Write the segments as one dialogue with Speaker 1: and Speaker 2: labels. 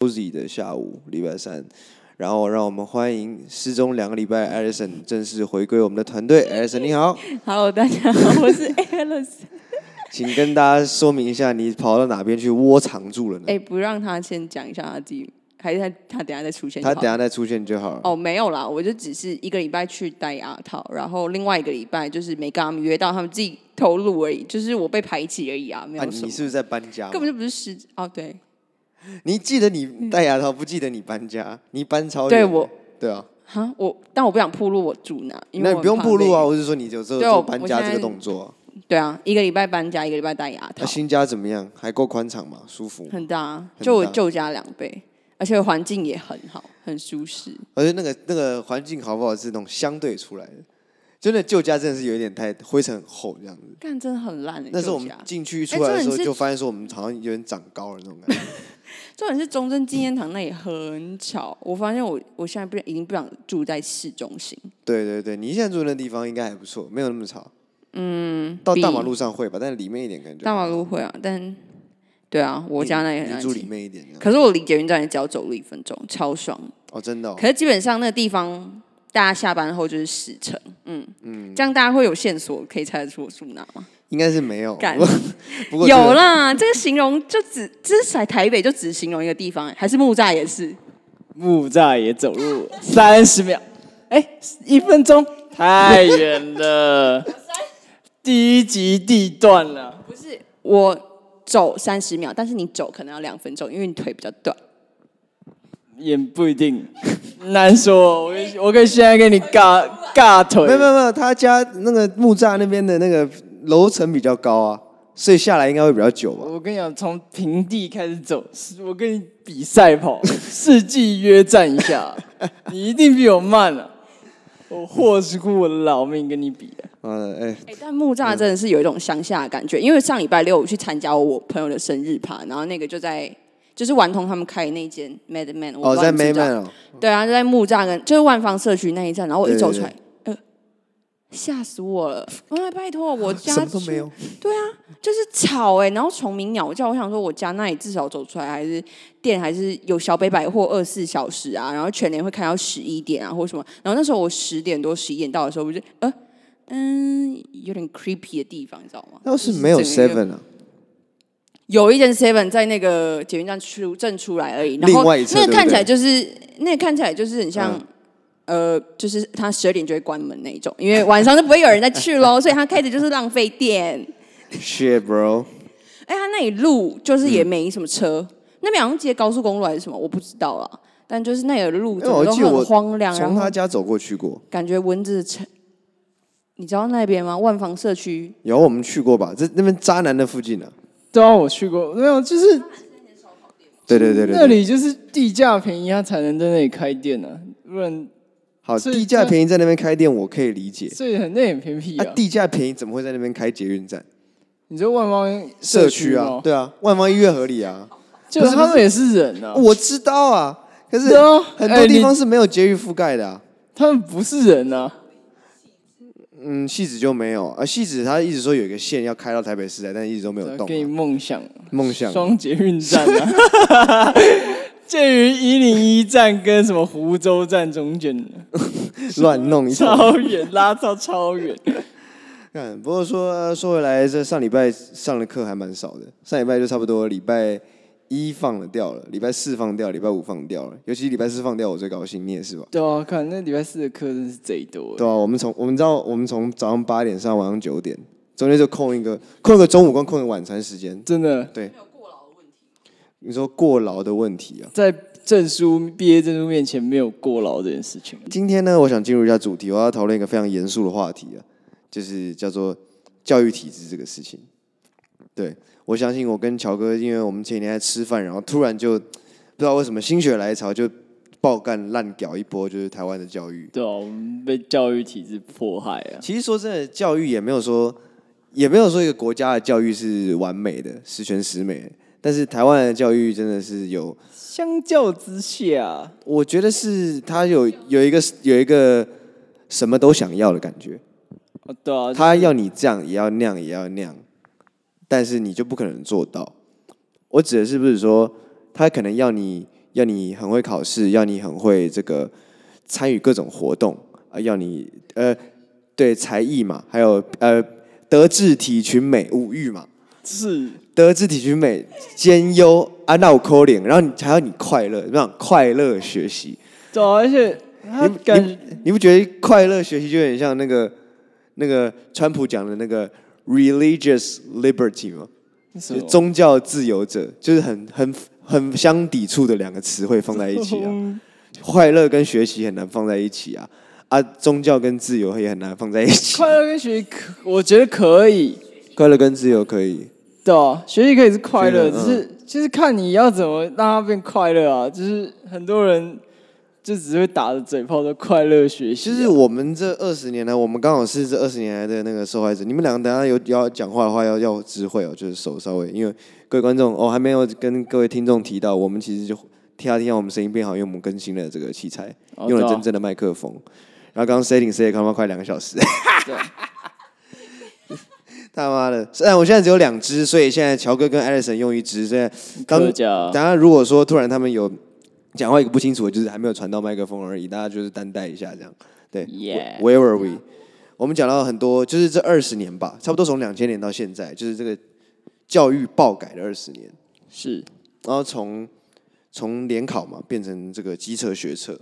Speaker 1: Cozy 的下午，礼拜三。然后让我们欢迎失踪两个礼拜艾 l 森 s o n 正式回归我们的团队。艾 l 森 s o n 你好，
Speaker 2: Hello，大家好， 我是 Alice。
Speaker 1: 请跟大家说明一下，你跑到哪边去窝藏住了呢？
Speaker 2: 哎、不让他先讲一下他自己，还是他他等一下再出现就
Speaker 1: 他
Speaker 2: 哎好？
Speaker 1: 等一下再出现就好了。
Speaker 2: 哦，没有啦，我就只是一个礼拜去戴牙套，然后另外一个礼拜就是没跟他们约到，他们自己投入而已，就是我被排挤而已啊，没
Speaker 1: 啊，
Speaker 2: 有
Speaker 1: 你是啊
Speaker 2: 什么，
Speaker 1: 不是在搬家？
Speaker 2: 根本就不是实哦，对，
Speaker 1: 你记得你戴牙套，不记得你搬家，你搬超
Speaker 2: 嗯对
Speaker 1: 远
Speaker 2: 我
Speaker 1: 对啊，
Speaker 2: 哈我，但我不想铺路我住哪，因
Speaker 1: 那
Speaker 2: 为
Speaker 1: 你
Speaker 2: 我
Speaker 1: 不用
Speaker 2: 很
Speaker 1: 步入
Speaker 2: 怕
Speaker 1: 啊，我是说你有时候
Speaker 2: 对我
Speaker 1: 做搬家
Speaker 2: 我现
Speaker 1: 这
Speaker 2: 在
Speaker 1: 个动作啊。
Speaker 2: 被。对啊，一个礼拜搬家，一个礼拜戴牙
Speaker 1: 那
Speaker 2: 套，
Speaker 1: 新家怎么样？还够宽敞吗？舒服吗？
Speaker 2: 很大啊，
Speaker 1: 啊很
Speaker 2: 就我
Speaker 1: 大
Speaker 2: 旧家两倍，而且环境也很好，很舒适。
Speaker 1: 而且那个那个环境好不好是那种相对出来的，就那旧家真的是有一点太灰尘很厚这样子。
Speaker 2: 干真的很烂、欸，
Speaker 1: 那时候我
Speaker 2: 旧
Speaker 1: 们
Speaker 2: 家
Speaker 1: 进去
Speaker 2: 哎
Speaker 1: 出来的
Speaker 2: 重
Speaker 1: 时
Speaker 2: 点
Speaker 1: 候，
Speaker 2: 是
Speaker 1: 就发现说我们好像有点长高了那种感觉。
Speaker 2: 重点是中正纪念堂那里很吵，我发现我我现在不已经不想住在市中心，
Speaker 1: 对对对，你现在住的那地方应该还不错，没有那么吵。嗯，到大马
Speaker 2: 比
Speaker 1: 路上会吧，但里面一点感觉。
Speaker 2: 大马路会啊，但对啊，我家那里很
Speaker 1: 你
Speaker 2: 安
Speaker 1: 住里
Speaker 2: 静。
Speaker 1: 面一点这样。
Speaker 2: 可是我离捷运站也只要走路一分钟，超爽。
Speaker 1: 哦，真的、哦。
Speaker 2: 可是基本上那个地方，大家下班后就是时辰，嗯嗯，这样大家会有线索可以猜得出我住哪吗？
Speaker 1: 应该是没有。
Speaker 2: 干
Speaker 1: 不 不过这个
Speaker 2: 有啦，这个形容就只这是在台北就只形容一个地方、还是木栅也是，
Speaker 3: 木栅也走路三十秒，哎、一分钟太远了。第一集地段了，
Speaker 2: 不是我走三十秒，但是你走可能要两分钟，因为你腿比较短。
Speaker 3: 也不一定，难说。我跟我跟现在跟你尬尬腿，
Speaker 1: 没有没有没有，他家那个木栅那边的那个楼层比较高啊，所以下来应该会比较久吧。
Speaker 3: 我跟你讲，从平地开始走，是我跟你比赛跑，世纪约战一下，你一定比我慢了、我豁出我的老命跟你比、啊
Speaker 1: 嗯，哎、
Speaker 2: 哎、但木栅真的是有一种乡下的感觉，因为上礼拜六我去参加我朋友的生日趴，然后那个就在就是顽童他们开的那间 Mad Man，我
Speaker 1: 哦，在 m a
Speaker 2: 梅
Speaker 1: y m a n 哦，
Speaker 2: 对啊，就在木栅跟就是万方社区那一站，然后我一
Speaker 1: 对对
Speaker 2: 走出来，呃，吓死我了！哎，拜托，我家
Speaker 1: 什么都没有，
Speaker 2: 就是吵哎、然后虫鸣鸟叫，我想说我家那里至少走出来还是店还是有小北百货二十四小时啊，然后全年会开到十一点啊或什么。然后那时候我十点多十一点到的时候，我就呃嗯有点 creepy 的地方，你知道吗？
Speaker 1: 要是没有
Speaker 2: 就是整个
Speaker 1: Seven 啊，
Speaker 2: 有一间 Seven 在那个捷运站出正出来而已，然
Speaker 1: 另
Speaker 2: 后
Speaker 1: 外一侧
Speaker 2: 那
Speaker 1: 对不
Speaker 2: 个
Speaker 1: 对
Speaker 2: 看起来就是那个看起来就是很像。呃，就是他十二点就会关门那一种，因为晚上就不会有人再去喽，所以他开始就是浪费电。
Speaker 1: ，shit bro，
Speaker 2: 哎、他那里路就是也
Speaker 1: 嗯
Speaker 2: 没什么车，那边好像接高速公路还是什么，我不知道啦。但就是那里的路
Speaker 1: 因
Speaker 2: 怎
Speaker 1: 为哎
Speaker 2: 么
Speaker 1: 我
Speaker 2: 都
Speaker 1: 记得我
Speaker 2: 很荒凉，然
Speaker 1: 从他
Speaker 2: 后
Speaker 1: 家走过去过，
Speaker 2: 感觉蚊子成。你知道那边吗？万房社区
Speaker 1: 有我们去过吧？这那边渣男的附近啊，
Speaker 3: 对啊，我去过，没有，就是
Speaker 1: 对对对对
Speaker 3: 那
Speaker 1: 对，
Speaker 3: 里就是地价便宜，他才能在那里开店呢、啊，不然
Speaker 1: 好，
Speaker 3: 所以
Speaker 1: 地价
Speaker 3: 就
Speaker 1: 便宜在那边开店我可以理解，
Speaker 3: 所以很那也很偏僻
Speaker 1: 啊
Speaker 3: 啊。，
Speaker 1: 地价便宜怎么会在那边开捷运站
Speaker 3: 你说万方
Speaker 1: 社
Speaker 3: 区
Speaker 1: 区啊？
Speaker 3: 吗，
Speaker 1: 对啊，万方医院合理啊，
Speaker 3: 就他们也是人啊，
Speaker 1: 我知道啊，可是
Speaker 3: 对啊
Speaker 1: 很多
Speaker 3: 哎
Speaker 1: 地
Speaker 3: 你
Speaker 1: 方是没有捷运覆盖的啊。
Speaker 3: 他们不是人啊，
Speaker 1: 嗯，戏子就没有啊。戏子他一直说有一个线要开到台北市来，但一直都没有动
Speaker 3: 给你
Speaker 1: 啊。
Speaker 3: 梦想啊，
Speaker 1: 梦想
Speaker 3: 双捷运站 啊，介于一零一站跟什么湖州站中间的，
Speaker 1: 乱弄一通。
Speaker 3: 超远，拉到 超远。
Speaker 1: 看，不过说说回来，这上礼拜上的课还蛮少的，上礼拜就差不多礼拜一放了掉了，礼拜四放掉，礼拜五放掉了，尤其礼拜四放掉我最高兴，你也是吧？
Speaker 3: 对啊，看那礼拜四的课真是贼多
Speaker 1: 对啊，我们从我们知道我们从早上八点上晚上九点，中间就空一个空一个中午跟空一个晚餐时间。
Speaker 3: 真的
Speaker 1: 对，你说过劳的问题啊？
Speaker 3: 在证书毕业证书面前没有过劳这件事情。
Speaker 1: 今天呢，我想进入一下主题，我要讨论一个非常严肃的话题啊，就是叫做教育体制这个事情。对我相信我跟乔哥，因为我们前几天在吃饭，然后突然就不知道为什么心血来潮就爆干烂屌一波，就是台湾的教育。
Speaker 3: 对啊，我们被教育体制迫害啊。
Speaker 1: 其实说真的，教育也没有说，也没有说一个国家的教育是完美的、十全十美的，但是台湾的教育真的是有
Speaker 3: 相较之下，
Speaker 1: 我觉得是他有有一个有一个什么都想要的感觉，
Speaker 3: 哦对啊，
Speaker 1: 他要你这样也要那样也要那样，但是你就不可能做到。我指的是不是说他可能要你要你很会考试，要你很会这个参与各种活动，啊，要你呃对才艺嘛，还有呃德智体群美五育嘛，
Speaker 3: 是
Speaker 1: 德智体群美兼优啊，那我扣零，然后你还要你快乐，让快乐学习，
Speaker 3: 对啊，而且他
Speaker 1: 你
Speaker 3: 感觉
Speaker 1: 你不觉得快乐学习就有点像那个那个川普讲的那个 religious liberty 吗？就
Speaker 3: 什么
Speaker 1: 是宗教自由者，就是很很很相抵触的两个词汇放在一起 啊。快乐跟学习很难放在一起啊，啊，宗教跟自由也很难放在一起。
Speaker 3: 快乐跟学习可，我觉得可以，
Speaker 1: 快乐跟自由可以，
Speaker 3: 对啊，学习可以是快乐，
Speaker 1: 学习
Speaker 3: 只
Speaker 1: 嗯
Speaker 3: 是就是看你要怎么让它变快乐啊。就是很多人就只会打着嘴炮说快乐学
Speaker 1: 其
Speaker 3: 习啊、
Speaker 1: 实我们这二十年来，我们刚好是这二十年来的那个受害者。你们两个等一下有要讲话的话，要要智慧哦，就是手稍微，因为各位观众哦，还没有跟各位听众提到，我们其实就听下听下我们声音变好，因为我们更新了这个器材，
Speaker 3: 哦
Speaker 1: 用了
Speaker 3: 对啊
Speaker 1: 真正的麦克风。然后刚刚 setting 谁也看到快两个小时，
Speaker 3: 对啊
Speaker 1: 他妈的！虽然我现在只有两只，所以现在乔哥跟艾 l 森用一只。现在刚
Speaker 3: 客家啊
Speaker 1: 大家如果说突然他们有讲话一个不清楚的，就是还没有传到麦克风而已，大家就是担待一下这样。对
Speaker 3: Yeah
Speaker 1: Where were we？我们讲到很多，就是这二十年吧，差不多从两千年到现在，就是这个教育爆改的二十年。
Speaker 3: 是
Speaker 1: 然后从从联考嘛变成这个机测学测，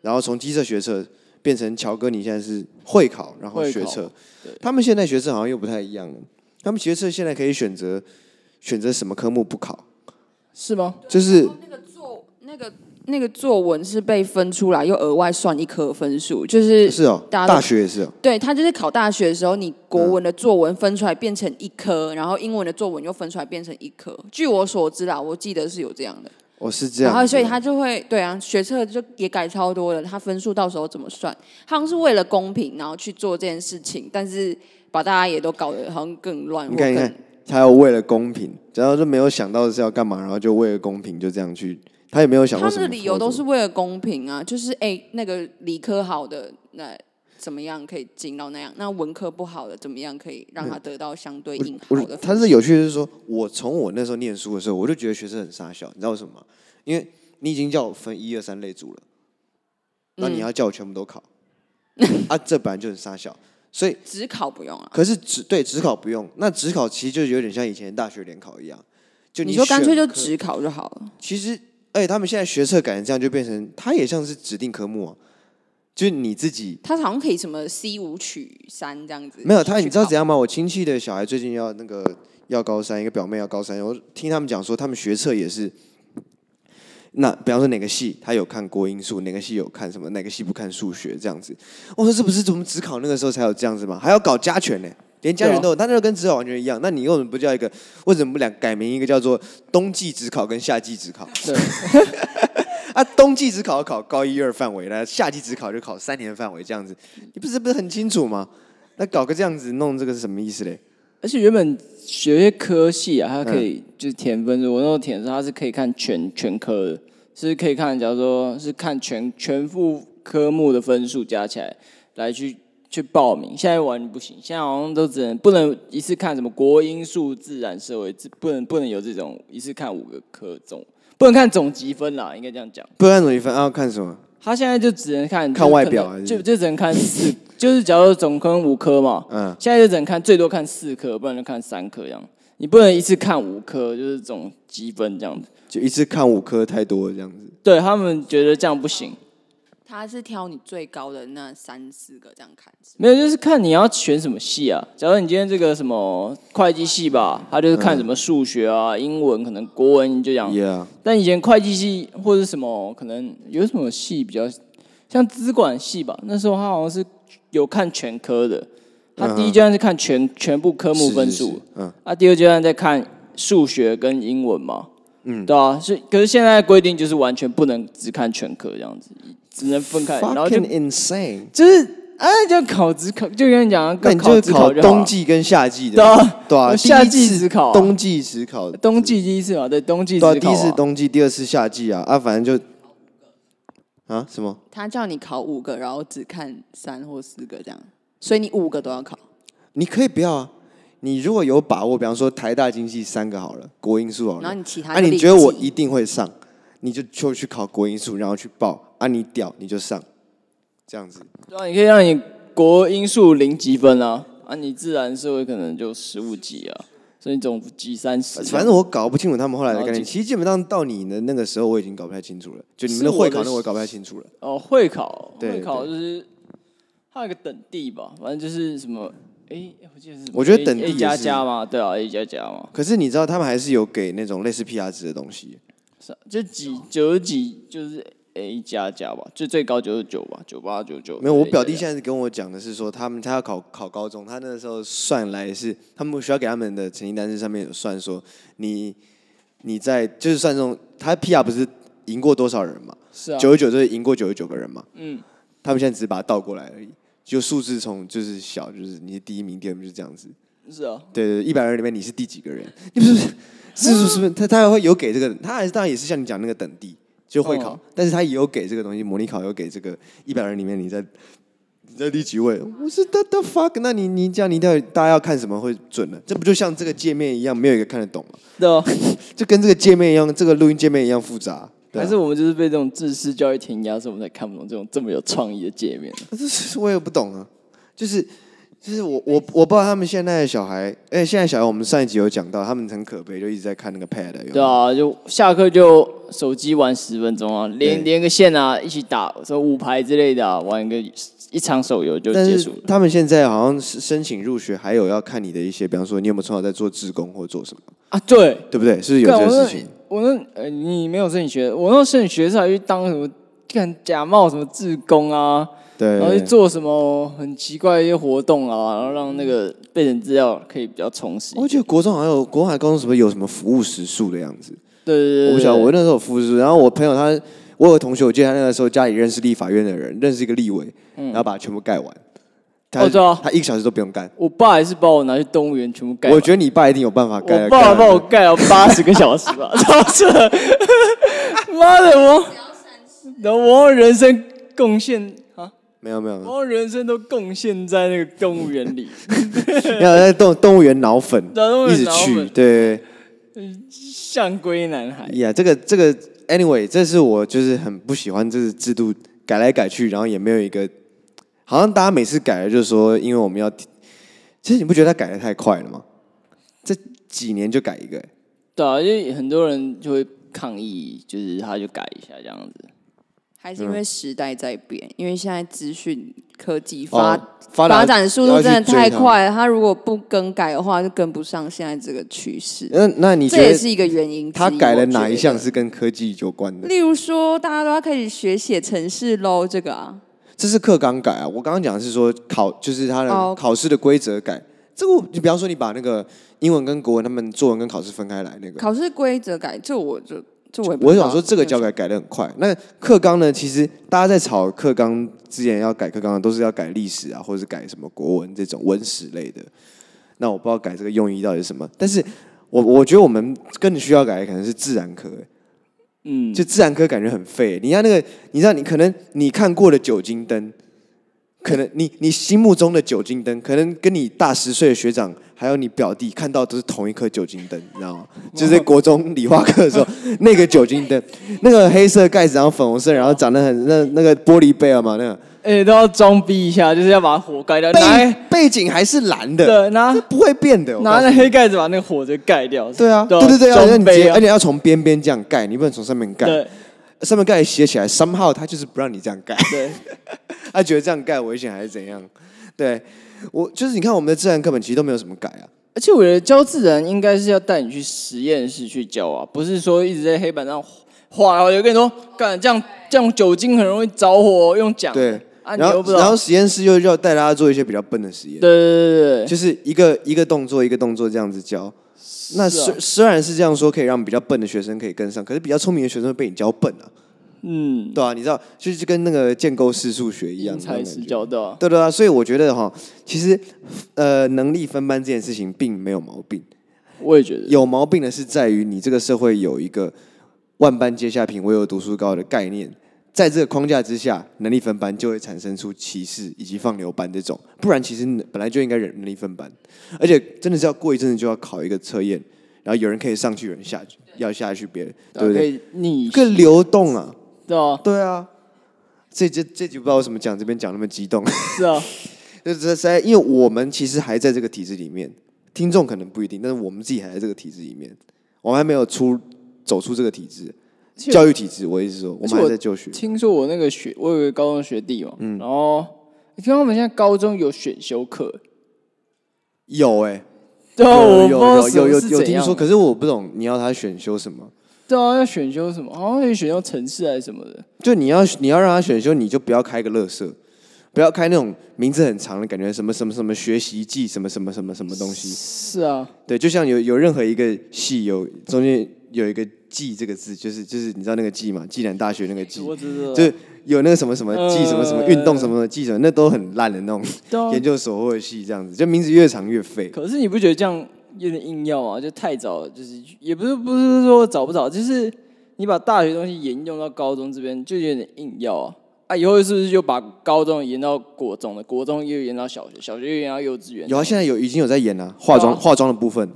Speaker 1: 然后从机测学测变成乔哥你现在是会考，然后
Speaker 3: 会
Speaker 1: 学
Speaker 3: 考
Speaker 1: 测，他们现在学测好像又不太一样了，他们学测现在可以选择选择什么科目不考，
Speaker 3: 是吗？
Speaker 1: 就是
Speaker 2: 那个作那个那个作文是被分出来，又额外算一科分数，就是
Speaker 1: 是哦，
Speaker 2: 大家都
Speaker 1: 大学也是哦，
Speaker 2: 对他就是考大学的时候，你国
Speaker 1: 嗯
Speaker 2: 文的作文分出来变成一科，然后英文的作文又分出来变成一科。据我所知啦，我记得是有这样的。
Speaker 1: 我哦是这
Speaker 2: 然
Speaker 1: 样，
Speaker 2: 后所以他就会对啊，学测就也改超多了，他分数到时候怎么算？好像是为了公平，然后去做这件事情，但是把大家也都搞得好像更乱。
Speaker 1: 你看
Speaker 2: 或
Speaker 1: 你
Speaker 2: 更
Speaker 1: 看，他要为了公平，然后就没有想到是要干嘛，然后就为了公平就这样去，他也没有想
Speaker 2: 他
Speaker 1: 过什
Speaker 2: 们
Speaker 1: 么
Speaker 2: 的
Speaker 1: 后果，
Speaker 2: 理由都是为了公平啊，就是哎、那个理科好的那怎么样可以进到那样，那文科不好的怎么样可以让他得到相对应好
Speaker 1: 我
Speaker 2: 的分数？
Speaker 1: 他是有趣的是说，我从我那时候念书的时候，我就觉得学生很傻小，你知道为什么吗？因为你已经叫我分一二三类组了，那
Speaker 2: 嗯
Speaker 1: 你要叫我全部都考，啊，这本来就很傻小，所以
Speaker 2: 只考不用啊。
Speaker 1: 可是只对只考不用，那只考其实就有点像以前大学联考一样，就
Speaker 2: 你
Speaker 1: 你
Speaker 2: 说干脆
Speaker 1: 选
Speaker 2: 就
Speaker 1: 科
Speaker 2: 只考就好了。
Speaker 1: 其实，哎，他们现在学测改成这样，就变成它也像是指定科目啊，就是你自己
Speaker 2: 他好像可以什么 C 五取三这样子。
Speaker 1: 没有他，你知道怎
Speaker 2: 样？
Speaker 1: 样吗？我亲戚的小孩最近要那个要高三，一个表妹要高三，我听他们讲说，他们学测也是。那比方说哪个系他有看国英数，哪个系有看什么，哪个系不看数学这样子。我说这哦不是怎么只考那个时候才有这样子吗？还要搞加权呢、连加
Speaker 3: 啊
Speaker 1: 权都有，他那个跟只考完全一样。那你为什么不叫一个？为什么不两改名一个叫做冬季只考跟夏季只考？
Speaker 3: 对，
Speaker 1: 啊，冬季只考考高一二范围，那夏季只考就考三年范围这样子，你不是不是很清楚吗？那搞个这样子弄这个是什么意思嘞？
Speaker 3: 而且原本学一些科系啊，它可以就是填分数。我那时候填的时候，它是可以看全全科的，是可以看，假如说是看全全部科目的分数加起来来去去报名。现在完全不行，现在好像都只能不能一次看什么国英数、自然、社会，这不能不能有这种一次看五个科总，不能看总积分啦，应该这样讲。
Speaker 1: 不然怎么一分啊？要看什么？
Speaker 3: 他现在就只能看
Speaker 1: 看外表还是
Speaker 3: 就就只能看四， 就是假如总分五科嘛，
Speaker 1: 嗯
Speaker 3: 现在就只能看最多看四科，不然就看三科这样。你不能一次看五科，就是这种积分这样子。
Speaker 1: 就一次看五科太多了这样子。
Speaker 3: 对他们觉得这样不行，
Speaker 2: 他是挑你最高的那三四个这样看。是吗
Speaker 3: 没有就是看你要选什么系啊。假如你今天这个什么会计系吧，他就是
Speaker 1: 嗯
Speaker 3: 看什么数学啊、英文，可能国文你就讲。
Speaker 1: Yeah，
Speaker 3: 但以前会计系或者什么，可能有什么系比较像资管系吧？那时候他好像是有看全科的，他第一阶段是看全全部科目分
Speaker 1: 嗯是是
Speaker 3: 数
Speaker 1: 是，嗯，
Speaker 3: 啊，第二阶段再看数学跟英文嘛。嗯，对啊，是可是现在规定就是完全不能只看全科这样子，只能分开，然后就
Speaker 1: Fucking insane。
Speaker 3: 就是哎，就考只考，就跟你讲，
Speaker 1: 那你就
Speaker 3: 只
Speaker 1: 考
Speaker 3: 就好
Speaker 1: 冬
Speaker 3: 了
Speaker 1: 季跟夏季的，
Speaker 3: 对啊
Speaker 1: 对啊，
Speaker 3: 我夏
Speaker 1: 第一
Speaker 3: 季
Speaker 1: 次
Speaker 3: 只考啊
Speaker 1: 冬季只考，
Speaker 3: 冬季第一次嘛，对，冬季
Speaker 1: 对
Speaker 3: 只考
Speaker 1: 啊，
Speaker 3: 啊，
Speaker 1: 第一次冬季，第二次夏季啊，啊，反正就啊什么？
Speaker 2: 他叫你考五个，然后只看三或四个这样，所以你五个都要考。
Speaker 1: 你可以不要啊。你如果有把握，比方说台大经济三个好了，国英数好了，
Speaker 2: 然后你其他
Speaker 1: 啊，
Speaker 2: 就
Speaker 1: 你
Speaker 2: 另
Speaker 1: 觉得我
Speaker 2: 计
Speaker 1: 一定会上？你就就去考国英数，然后去报啊，你屌你就上，这样子。
Speaker 3: 对啊，你可以让你国英数零积分啊，啊，你自然社会可能就十五级啊，所以你总积三十。啊
Speaker 1: 反正我搞不清楚他们后来的概
Speaker 3: 了
Speaker 1: 念。
Speaker 3: 解
Speaker 1: 其实基本上到你的那个时候，我已经搞不太清楚了。就你们
Speaker 3: 是
Speaker 1: 的
Speaker 3: 我
Speaker 1: 会
Speaker 3: 的
Speaker 1: 考，那我也搞不太清楚了。
Speaker 3: 哦，会考，
Speaker 1: 对
Speaker 3: 会考就是它有一个等地吧，反正就是什么，哎，我记得是什么
Speaker 1: 我觉得等地
Speaker 3: A
Speaker 1: 也
Speaker 3: A 加
Speaker 1: 是
Speaker 3: 加嘛，对啊，A 加加嘛，
Speaker 1: 可是你知道，他们还是有给那种类似 PR 值的东西。
Speaker 3: 是啊就几九十几就是 A 加加吧，就最高九十九吧，九八九九。
Speaker 1: 没有，我表弟
Speaker 3: A 加加
Speaker 1: 现在是跟我讲的是说，他们他要考考高中，他那时候算来是他们学校给他们的成绩单子上面有算说，你你在就是算这种，他 PR 不是赢过多少人嘛？
Speaker 3: 是啊，
Speaker 1: 九十九就是赢过九十九个人嘛。
Speaker 3: 嗯，
Speaker 1: 他们现在只是把它倒过来而已，就数字从就是小，就是你是第一名、第二名就是这样子。
Speaker 3: 是啊，
Speaker 1: 对对，一百人里面你是第几个人？你不是是是 是不是？他他会有给这个，他还是当然也是像你讲那个等地就会考，
Speaker 3: 哦
Speaker 1: 但是他也有给这个东西，模拟考有给这个一百人里面你在你在第几位？我是 the the fuck？那你你这样你到底大家要看什么会准呢？这不就像这个界面一样，没有一个看得懂吗？
Speaker 3: 对啊，
Speaker 1: 就跟这个界面一样，这个录音界面一样复杂。对啊
Speaker 3: 还是我们就是被这种自私教育填压，所以我们才看不懂这种这么有创意的界面。
Speaker 1: 这是我也不懂啊，就是就是我我我不知道他们现在的小孩，哎、现在小孩我们上一集有讲到，他们很可悲，就一直在看那个 pad，有没有
Speaker 3: 对啊，就下课就手机玩十分钟啊，连
Speaker 1: 对
Speaker 3: 连个线啊，一起打什么五排之类的、啊，玩一个一场手游就
Speaker 1: 但
Speaker 3: 结
Speaker 1: 是
Speaker 3: 束了。
Speaker 1: 他们现在好像是申请入学，还有要看你的一些，比方说你有没有从小在做志工或做什么，
Speaker 3: 啊，对，
Speaker 1: 对不对？是不是有
Speaker 3: 干
Speaker 1: 这
Speaker 3: 我
Speaker 1: 个
Speaker 3: 那
Speaker 1: 事情。
Speaker 3: 我那呃，你没有申请学，我那时候申请学是还去当什么，干假冒什么志工啊，
Speaker 1: 对
Speaker 3: 然后去
Speaker 1: 对，对
Speaker 3: 做什么很奇怪的一些活动啊，然后让那个备审资料可以比较充实一点。
Speaker 1: 我记得国中好像有国中还高中什么有什么服务时数的样子，
Speaker 3: 对对对，
Speaker 1: 我不晓得。
Speaker 3: 对
Speaker 1: 我那时候有服务时数，然后我朋友他，我有个同学，我记得他那个时候家里认识立法院的人，认识一个立委，然后把它全部盖完。他
Speaker 3: 哦对啊
Speaker 1: 他一个小时都不用干。
Speaker 3: 我爸还是把我拿去动物园全部盖完。
Speaker 1: 我觉得你爸一定有办法盖。
Speaker 3: 我爸
Speaker 1: 盖
Speaker 3: 帮我盖了八十个小时 吧，超扯！妈的，我，然后我用人生贡献啊，
Speaker 1: 没有没有，没有
Speaker 3: 我用人生都贡献在那个动物园里，
Speaker 1: 要在动动物园脑粉
Speaker 3: 对动物，园
Speaker 1: 一直
Speaker 3: 脑
Speaker 1: 去，
Speaker 3: 粉
Speaker 1: 对。
Speaker 3: 像龟男孩。
Speaker 1: 呀、这个这个，anyway，这是我就是很不喜欢，这是制度改来改去，然后也没有一个，好像大家每次改了就是说，因为我们要，其实你不觉得他改的太快了吗？这几年就改一个、欸
Speaker 3: 对啊，因为很多人就会抗议，就是他就改一下这样子。
Speaker 2: 还是因
Speaker 1: 嗯
Speaker 2: 为时代在变，因为现在资讯科技发、
Speaker 1: 哦发达
Speaker 2: 发展速度真的太。
Speaker 1: 要去追
Speaker 2: 快了，它如果不更改的话，就跟不上现在这个趋势。
Speaker 1: 它那那哎你
Speaker 2: 这
Speaker 1: 觉
Speaker 2: 也
Speaker 1: 得
Speaker 2: 是一个原因之一。
Speaker 1: 他改了
Speaker 2: 我觉
Speaker 1: 哪一
Speaker 2: 得
Speaker 1: 项？是跟科技有关的？
Speaker 2: 例如说，大家都要开始学写程式喽，这个啊，
Speaker 1: 这是课纲改啊，我刚刚讲的是说考，就是他的
Speaker 2: 哦
Speaker 1: 考试的规则改。这个我你比方说你把那个英文跟国文他们作文跟考试分开来那个，
Speaker 2: 考试规则改，这我就这我也不
Speaker 1: 我
Speaker 2: 知道
Speaker 1: 想说，这个教改改的很快。那课纲呢？其实大家在吵课纲之前要改课纲的，都是要改历史啊，或者是改什么国文这种文史类的。那我不知道改这个用意到底是什么，但是我我觉得我们更需要改的可能是自然科、欸
Speaker 3: 嗯，
Speaker 1: 就自然科感觉很废、欸你看那个，你知道你可能你看过的酒精灯，可能你你心目中的酒精灯，可能跟你大十岁的学长还有你表弟看到都是同一颗酒精灯，你知道 吗？就是在国中理化课的时候， 那个酒精灯，那个黑色盖子，然后粉红色，然后长得很那那个玻璃杯尔嘛，那个
Speaker 3: 而哎且都要装逼一下，就是要把火盖掉，拿
Speaker 1: 背背景还是蓝的，
Speaker 3: 对拿
Speaker 1: 这不会变的。我告
Speaker 3: 拿
Speaker 1: 诉
Speaker 3: 那
Speaker 1: 你
Speaker 3: 黑盖子把那个火就盖掉。
Speaker 1: 对啊，对
Speaker 3: 啊
Speaker 1: 对对，而且
Speaker 3: 装
Speaker 1: 你直接
Speaker 3: 杯啊
Speaker 1: 而且要从边边这样盖，你不能从上面盖，
Speaker 3: 对
Speaker 1: 上面盖斜起来，somehow 他就是不让你这样盖。
Speaker 3: 对，
Speaker 1: 他觉得这样盖危险还是怎样？对我就是你看我们的自然课本其实都没有什么改啊，
Speaker 3: 而且我觉得教自然应该是要带你去实验室去教啊，不是说一直在黑板上画。然后就跟你说，干这样这样酒精很容易着火，用讲的
Speaker 1: 对，
Speaker 3: 啊，你
Speaker 1: 然
Speaker 3: 又
Speaker 1: 后
Speaker 3: 不知
Speaker 1: 然
Speaker 3: 道
Speaker 1: 后，实验室又要带大家做一些比较笨的实验，
Speaker 3: 对对对对
Speaker 1: 就是一个一个动作一个动作这样子教。那
Speaker 3: 是啊
Speaker 1: 虽虽然是这样说，可以让比较笨的学生可以跟上，可是比较聪明的学生会被你教笨啊，
Speaker 3: 嗯，
Speaker 1: 对啊，你知道，就是跟那个建构式数学一样
Speaker 3: 因
Speaker 1: 那种感
Speaker 3: 材
Speaker 1: 觉，
Speaker 3: 施教对啊，
Speaker 1: 对对啊，所以我觉得哈，其实呃，能力分班这件事情并没有毛病，
Speaker 3: 我也觉得，
Speaker 1: 有毛病的是在于你这个社会有一个万般皆下品，唯有读书高的概念，在这个框架之下，能力分班就会产生出歧视以及放牛班这种。不然，其实本来就应该人能力分班，而且真的是要过一阵子就要考一个测验，然后有人可以上去，有人下去，要下去别人，
Speaker 3: 对啊
Speaker 1: 对不
Speaker 3: 可
Speaker 1: 对？
Speaker 3: 以逆
Speaker 1: 更流动啊，
Speaker 3: 对啊，
Speaker 1: 对啊。这这这集不知道为什么讲这边讲那么激动，
Speaker 3: 是啊，
Speaker 1: 就是在在，因为我们其实还在这个体制里面，听众可能不一定，但是我们自己还在这个体制里面，我们还没有出走出这个体制，
Speaker 3: 且
Speaker 1: 教育体制，我意思说，我
Speaker 3: 而且
Speaker 1: 们还
Speaker 3: 我
Speaker 1: 在就学，
Speaker 3: 听说我那个学，我有个高中学弟嘛，
Speaker 1: 嗯
Speaker 3: 然后你听说我们现在高中有选修课，
Speaker 1: 有哎、
Speaker 3: 对啊，
Speaker 1: 有
Speaker 3: 我
Speaker 1: 有
Speaker 3: 不知道什
Speaker 1: 有
Speaker 3: 么
Speaker 1: 有
Speaker 3: 是
Speaker 1: 有
Speaker 3: 怎
Speaker 1: 听
Speaker 3: 样
Speaker 1: 说，可是我不懂你要他选修什么，
Speaker 3: 对啊，要选修什么？好像可以选修城市还是什么的，
Speaker 1: 就你要你要让他选修，你就不要开个乐色，不要开那种名字很长的感觉，什么什么什么学习记，什么什么什么什么东西，
Speaker 3: 是啊，
Speaker 1: 对，就像有有任何一个系有中间有一个记这个字，就是就是你知道那个记嘛，暨南大学那个记，
Speaker 3: 我只知道
Speaker 1: 就是有那个什么什么记什么什么
Speaker 3: 呃
Speaker 1: 运动什么记什么，那都很烂的那种
Speaker 3: 对啊
Speaker 1: 研究所或者系这样子，就名字越长越废。
Speaker 3: 可是你不觉得这样有点硬要啊？就太早了，就是也不是不是说早不早，就是你把大学东西沿用到高中这边，就有点硬要啊。啊，以后是不是就把高中延到国中了？国中又延到小学，小学又延到幼稚园？
Speaker 1: 有啊，现在有已经有在演了、化妆化妆的部分，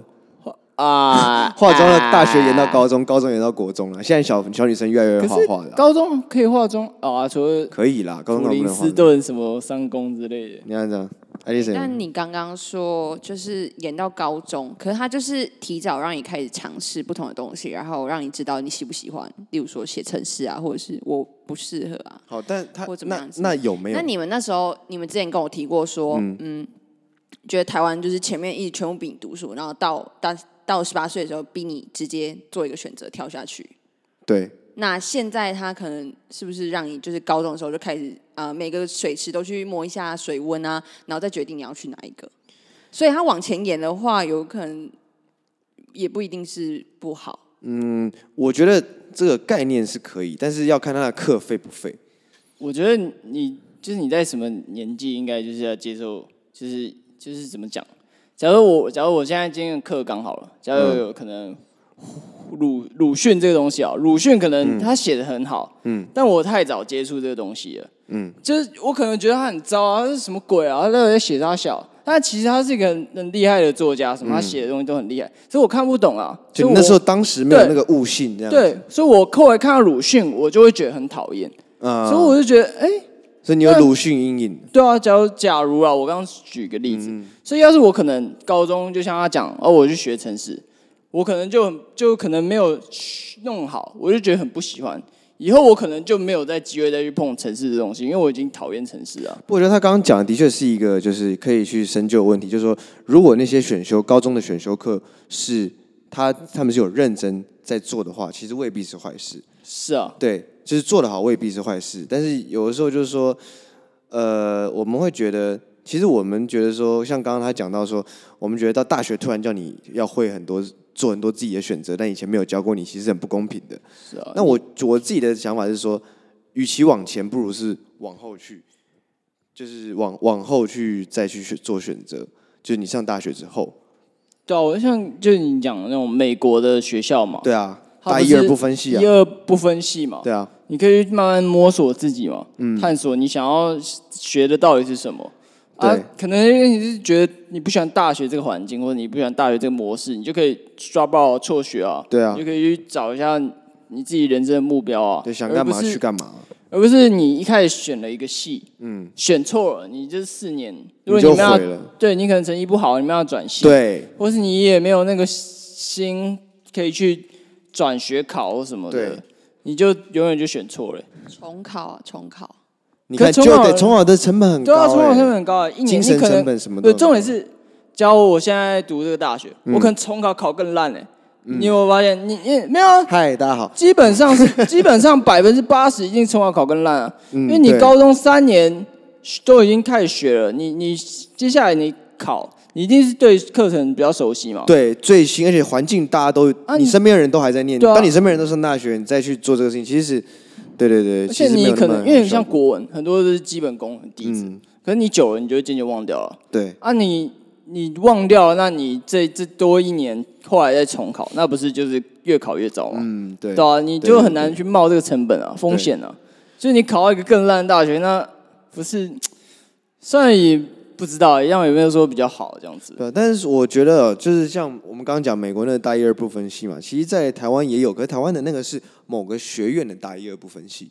Speaker 3: 啊，
Speaker 1: 化妆的大学演到高中，高中演到国中了。现在小小女生越来越
Speaker 3: 可
Speaker 1: 画
Speaker 3: 是
Speaker 1: 画的啊，
Speaker 3: 啊高中可以化妆啊，除了
Speaker 1: 可以啦，高中能
Speaker 3: 普
Speaker 1: 不
Speaker 3: 林
Speaker 1: 能画
Speaker 3: 斯？顿什么三公之类的，
Speaker 1: 你看这样，爱丽
Speaker 2: 但
Speaker 1: 森，
Speaker 2: 你刚刚说就是演到高中，可是他就是提早让你开始尝试不同的东西，然后让你知道你喜不喜欢，例如说写程式啊，或者是我不适合啊。
Speaker 1: 好，但他
Speaker 2: 或怎么
Speaker 1: 那
Speaker 2: 样子
Speaker 1: 那有没有
Speaker 2: 那？你们那时候，你们之前跟我提过说，嗯觉得台湾就是前面一直全部比你读书，然后到到到十八岁的时候，逼你直接做一个选择跳下去。
Speaker 1: 对，
Speaker 2: 那现在他可能是不是让你就是高中的时候就开始啊、呃每个水池都去摸一下水温啊，然后再决定你要去哪一个。所以他往前演的话，有可能也不一定是不好。
Speaker 1: 我觉得这个概念是可以，但是要看他的课费不费。
Speaker 3: 我觉得你就是你在什么年纪，应该就是要接受，就是就是怎么讲？假如我假如我现在今天的课刚好了，假如有可能鲁鲁迅这个东西啊，鲁迅可能他写的很好，嗯，但我太早接触这个东西了，嗯，就是我可能觉得他很糟啊，他是什么鬼啊？那我在写他小，但其实他是一个很很厉害的作家，什么他写的东西都很厉害，所以我看不懂
Speaker 1: 嗯
Speaker 3: 啊。
Speaker 1: 就
Speaker 3: 所
Speaker 1: 你
Speaker 3: 以
Speaker 1: 那
Speaker 3: 我
Speaker 1: 时候当时没有
Speaker 3: 对
Speaker 1: 那个悟性，这样，
Speaker 3: 对，所以我后来看到鲁迅，我就会觉得很讨厌，
Speaker 1: 嗯
Speaker 3: 所以我就觉得，哎、
Speaker 1: 所以你有
Speaker 3: 那
Speaker 1: 鲁迅阴影。
Speaker 3: 对啊，假如假如啊，我刚刚举个例子，所以要是我可能高中就像他讲，哦，我去学城市，我可能就很就可能没有弄好，我就觉得很不喜欢。以后我可能就没有再机会再去碰城市的东西，因为我已经讨厌城市啊。
Speaker 1: 不过我觉得他刚刚讲的的确是一个，就是可以去深究的问题，就是说，如果那些选修高中的选修课是他他们是有认真在做的话，其实未必是坏事。
Speaker 3: 是啊，
Speaker 1: 对，就是做得好未必是坏事，但是有的时候就是说，呃，我们会觉得，其实我们觉得说，像刚刚他讲到说，我们觉得到大学突然叫你要会很多。做很多自己的选择，但以前没有教过你，其实很不公平的。
Speaker 3: 是啊。
Speaker 1: 那我我自己的想法是说，与其往前，不如是往后去，就是往往后去再去选做选择。就是你上大学之后，
Speaker 3: 对啊，我像就是你讲的那种美国的学校嘛，
Speaker 1: 对啊，
Speaker 3: 它
Speaker 1: 大
Speaker 3: 不
Speaker 1: 一
Speaker 3: 是
Speaker 1: 二不分系
Speaker 3: 一
Speaker 1: 啊，
Speaker 3: 二不分系嘛，
Speaker 1: 对啊，
Speaker 3: 你可以慢慢摸索自己嘛，探索你想要学的到底是什么。啊
Speaker 1: 对，
Speaker 3: 可能因为你是觉得你不喜欢大学这个环境，或者你不喜欢大学这个模式，你就可以抓爆辍学啊，
Speaker 1: 对啊
Speaker 3: 你就可以去找一下你自己人生的目标啊，
Speaker 1: 就想干嘛
Speaker 3: 而不是
Speaker 1: 去干嘛，
Speaker 3: 而不是你一开始选了一个系，嗯，选错了，你这四年，如
Speaker 1: 你
Speaker 3: 果
Speaker 1: 就
Speaker 3: 你们
Speaker 1: 毁
Speaker 3: 要
Speaker 1: 了。
Speaker 3: 对你可能成绩不好，你们要转系，，
Speaker 1: 对
Speaker 3: 或是你也没有那个心可以去转学考或什么
Speaker 1: 对
Speaker 3: 的，你就永远就选错了。
Speaker 2: 重考啊，重考，
Speaker 1: 你看，
Speaker 3: 可
Speaker 1: 就
Speaker 3: 重考
Speaker 1: 得重考的成本很
Speaker 3: 对啊，
Speaker 1: 高、
Speaker 3: 重考成
Speaker 1: 欸，
Speaker 3: 本很高啊，一年
Speaker 1: 精
Speaker 3: 你
Speaker 1: 神
Speaker 3: 可
Speaker 1: 成
Speaker 3: 能
Speaker 1: 本什么啊的。
Speaker 3: 对，重点是，假如我现在读这个大学，
Speaker 1: 嗯
Speaker 3: 我可能重考考更烂嘞。你有没有发现？你你没有啊？
Speaker 1: 嗨，大家好，
Speaker 3: 基本 上是基本上百分之八十一定重考考更烂啊，
Speaker 1: 嗯
Speaker 3: 因为你
Speaker 1: 对
Speaker 3: 高中三年都已经开始学了，你你接下来你考，你一定是对课程比较熟悉嘛。
Speaker 1: 对最新，而且环境大家都，
Speaker 3: 啊
Speaker 1: 你
Speaker 3: 你
Speaker 1: 身边的人都还在念。
Speaker 3: 对啊
Speaker 1: 当你身边人都上大学，你再去做这个事情，其实是，对对对，
Speaker 3: 而
Speaker 1: 其
Speaker 3: 且
Speaker 1: 实没有
Speaker 3: 你
Speaker 1: 那
Speaker 3: 可
Speaker 1: 么
Speaker 3: 能因
Speaker 1: 好
Speaker 3: 为像
Speaker 1: 效果
Speaker 3: 国文很多都是基本功很低质，
Speaker 1: 嗯
Speaker 3: 可是你久了你就会渐渐忘掉了。
Speaker 1: 对
Speaker 3: 啊你，你忘掉了，那你这这多一年，后来再重考，那不是就是越考越糟吗？
Speaker 1: 嗯对
Speaker 3: 对啊，你
Speaker 1: 对
Speaker 3: 就很难去冒这个成本啊，风险啊。所以你考到一个更烂的大学，那不是虽然也不知道、欸，样有没有说比较好这样子？
Speaker 1: 对，但是我觉得就是像我们刚刚讲美国那个大一、二不分系嘛，其实，在台湾也有，可是台湾的那个是某个学院的大一、二不分系，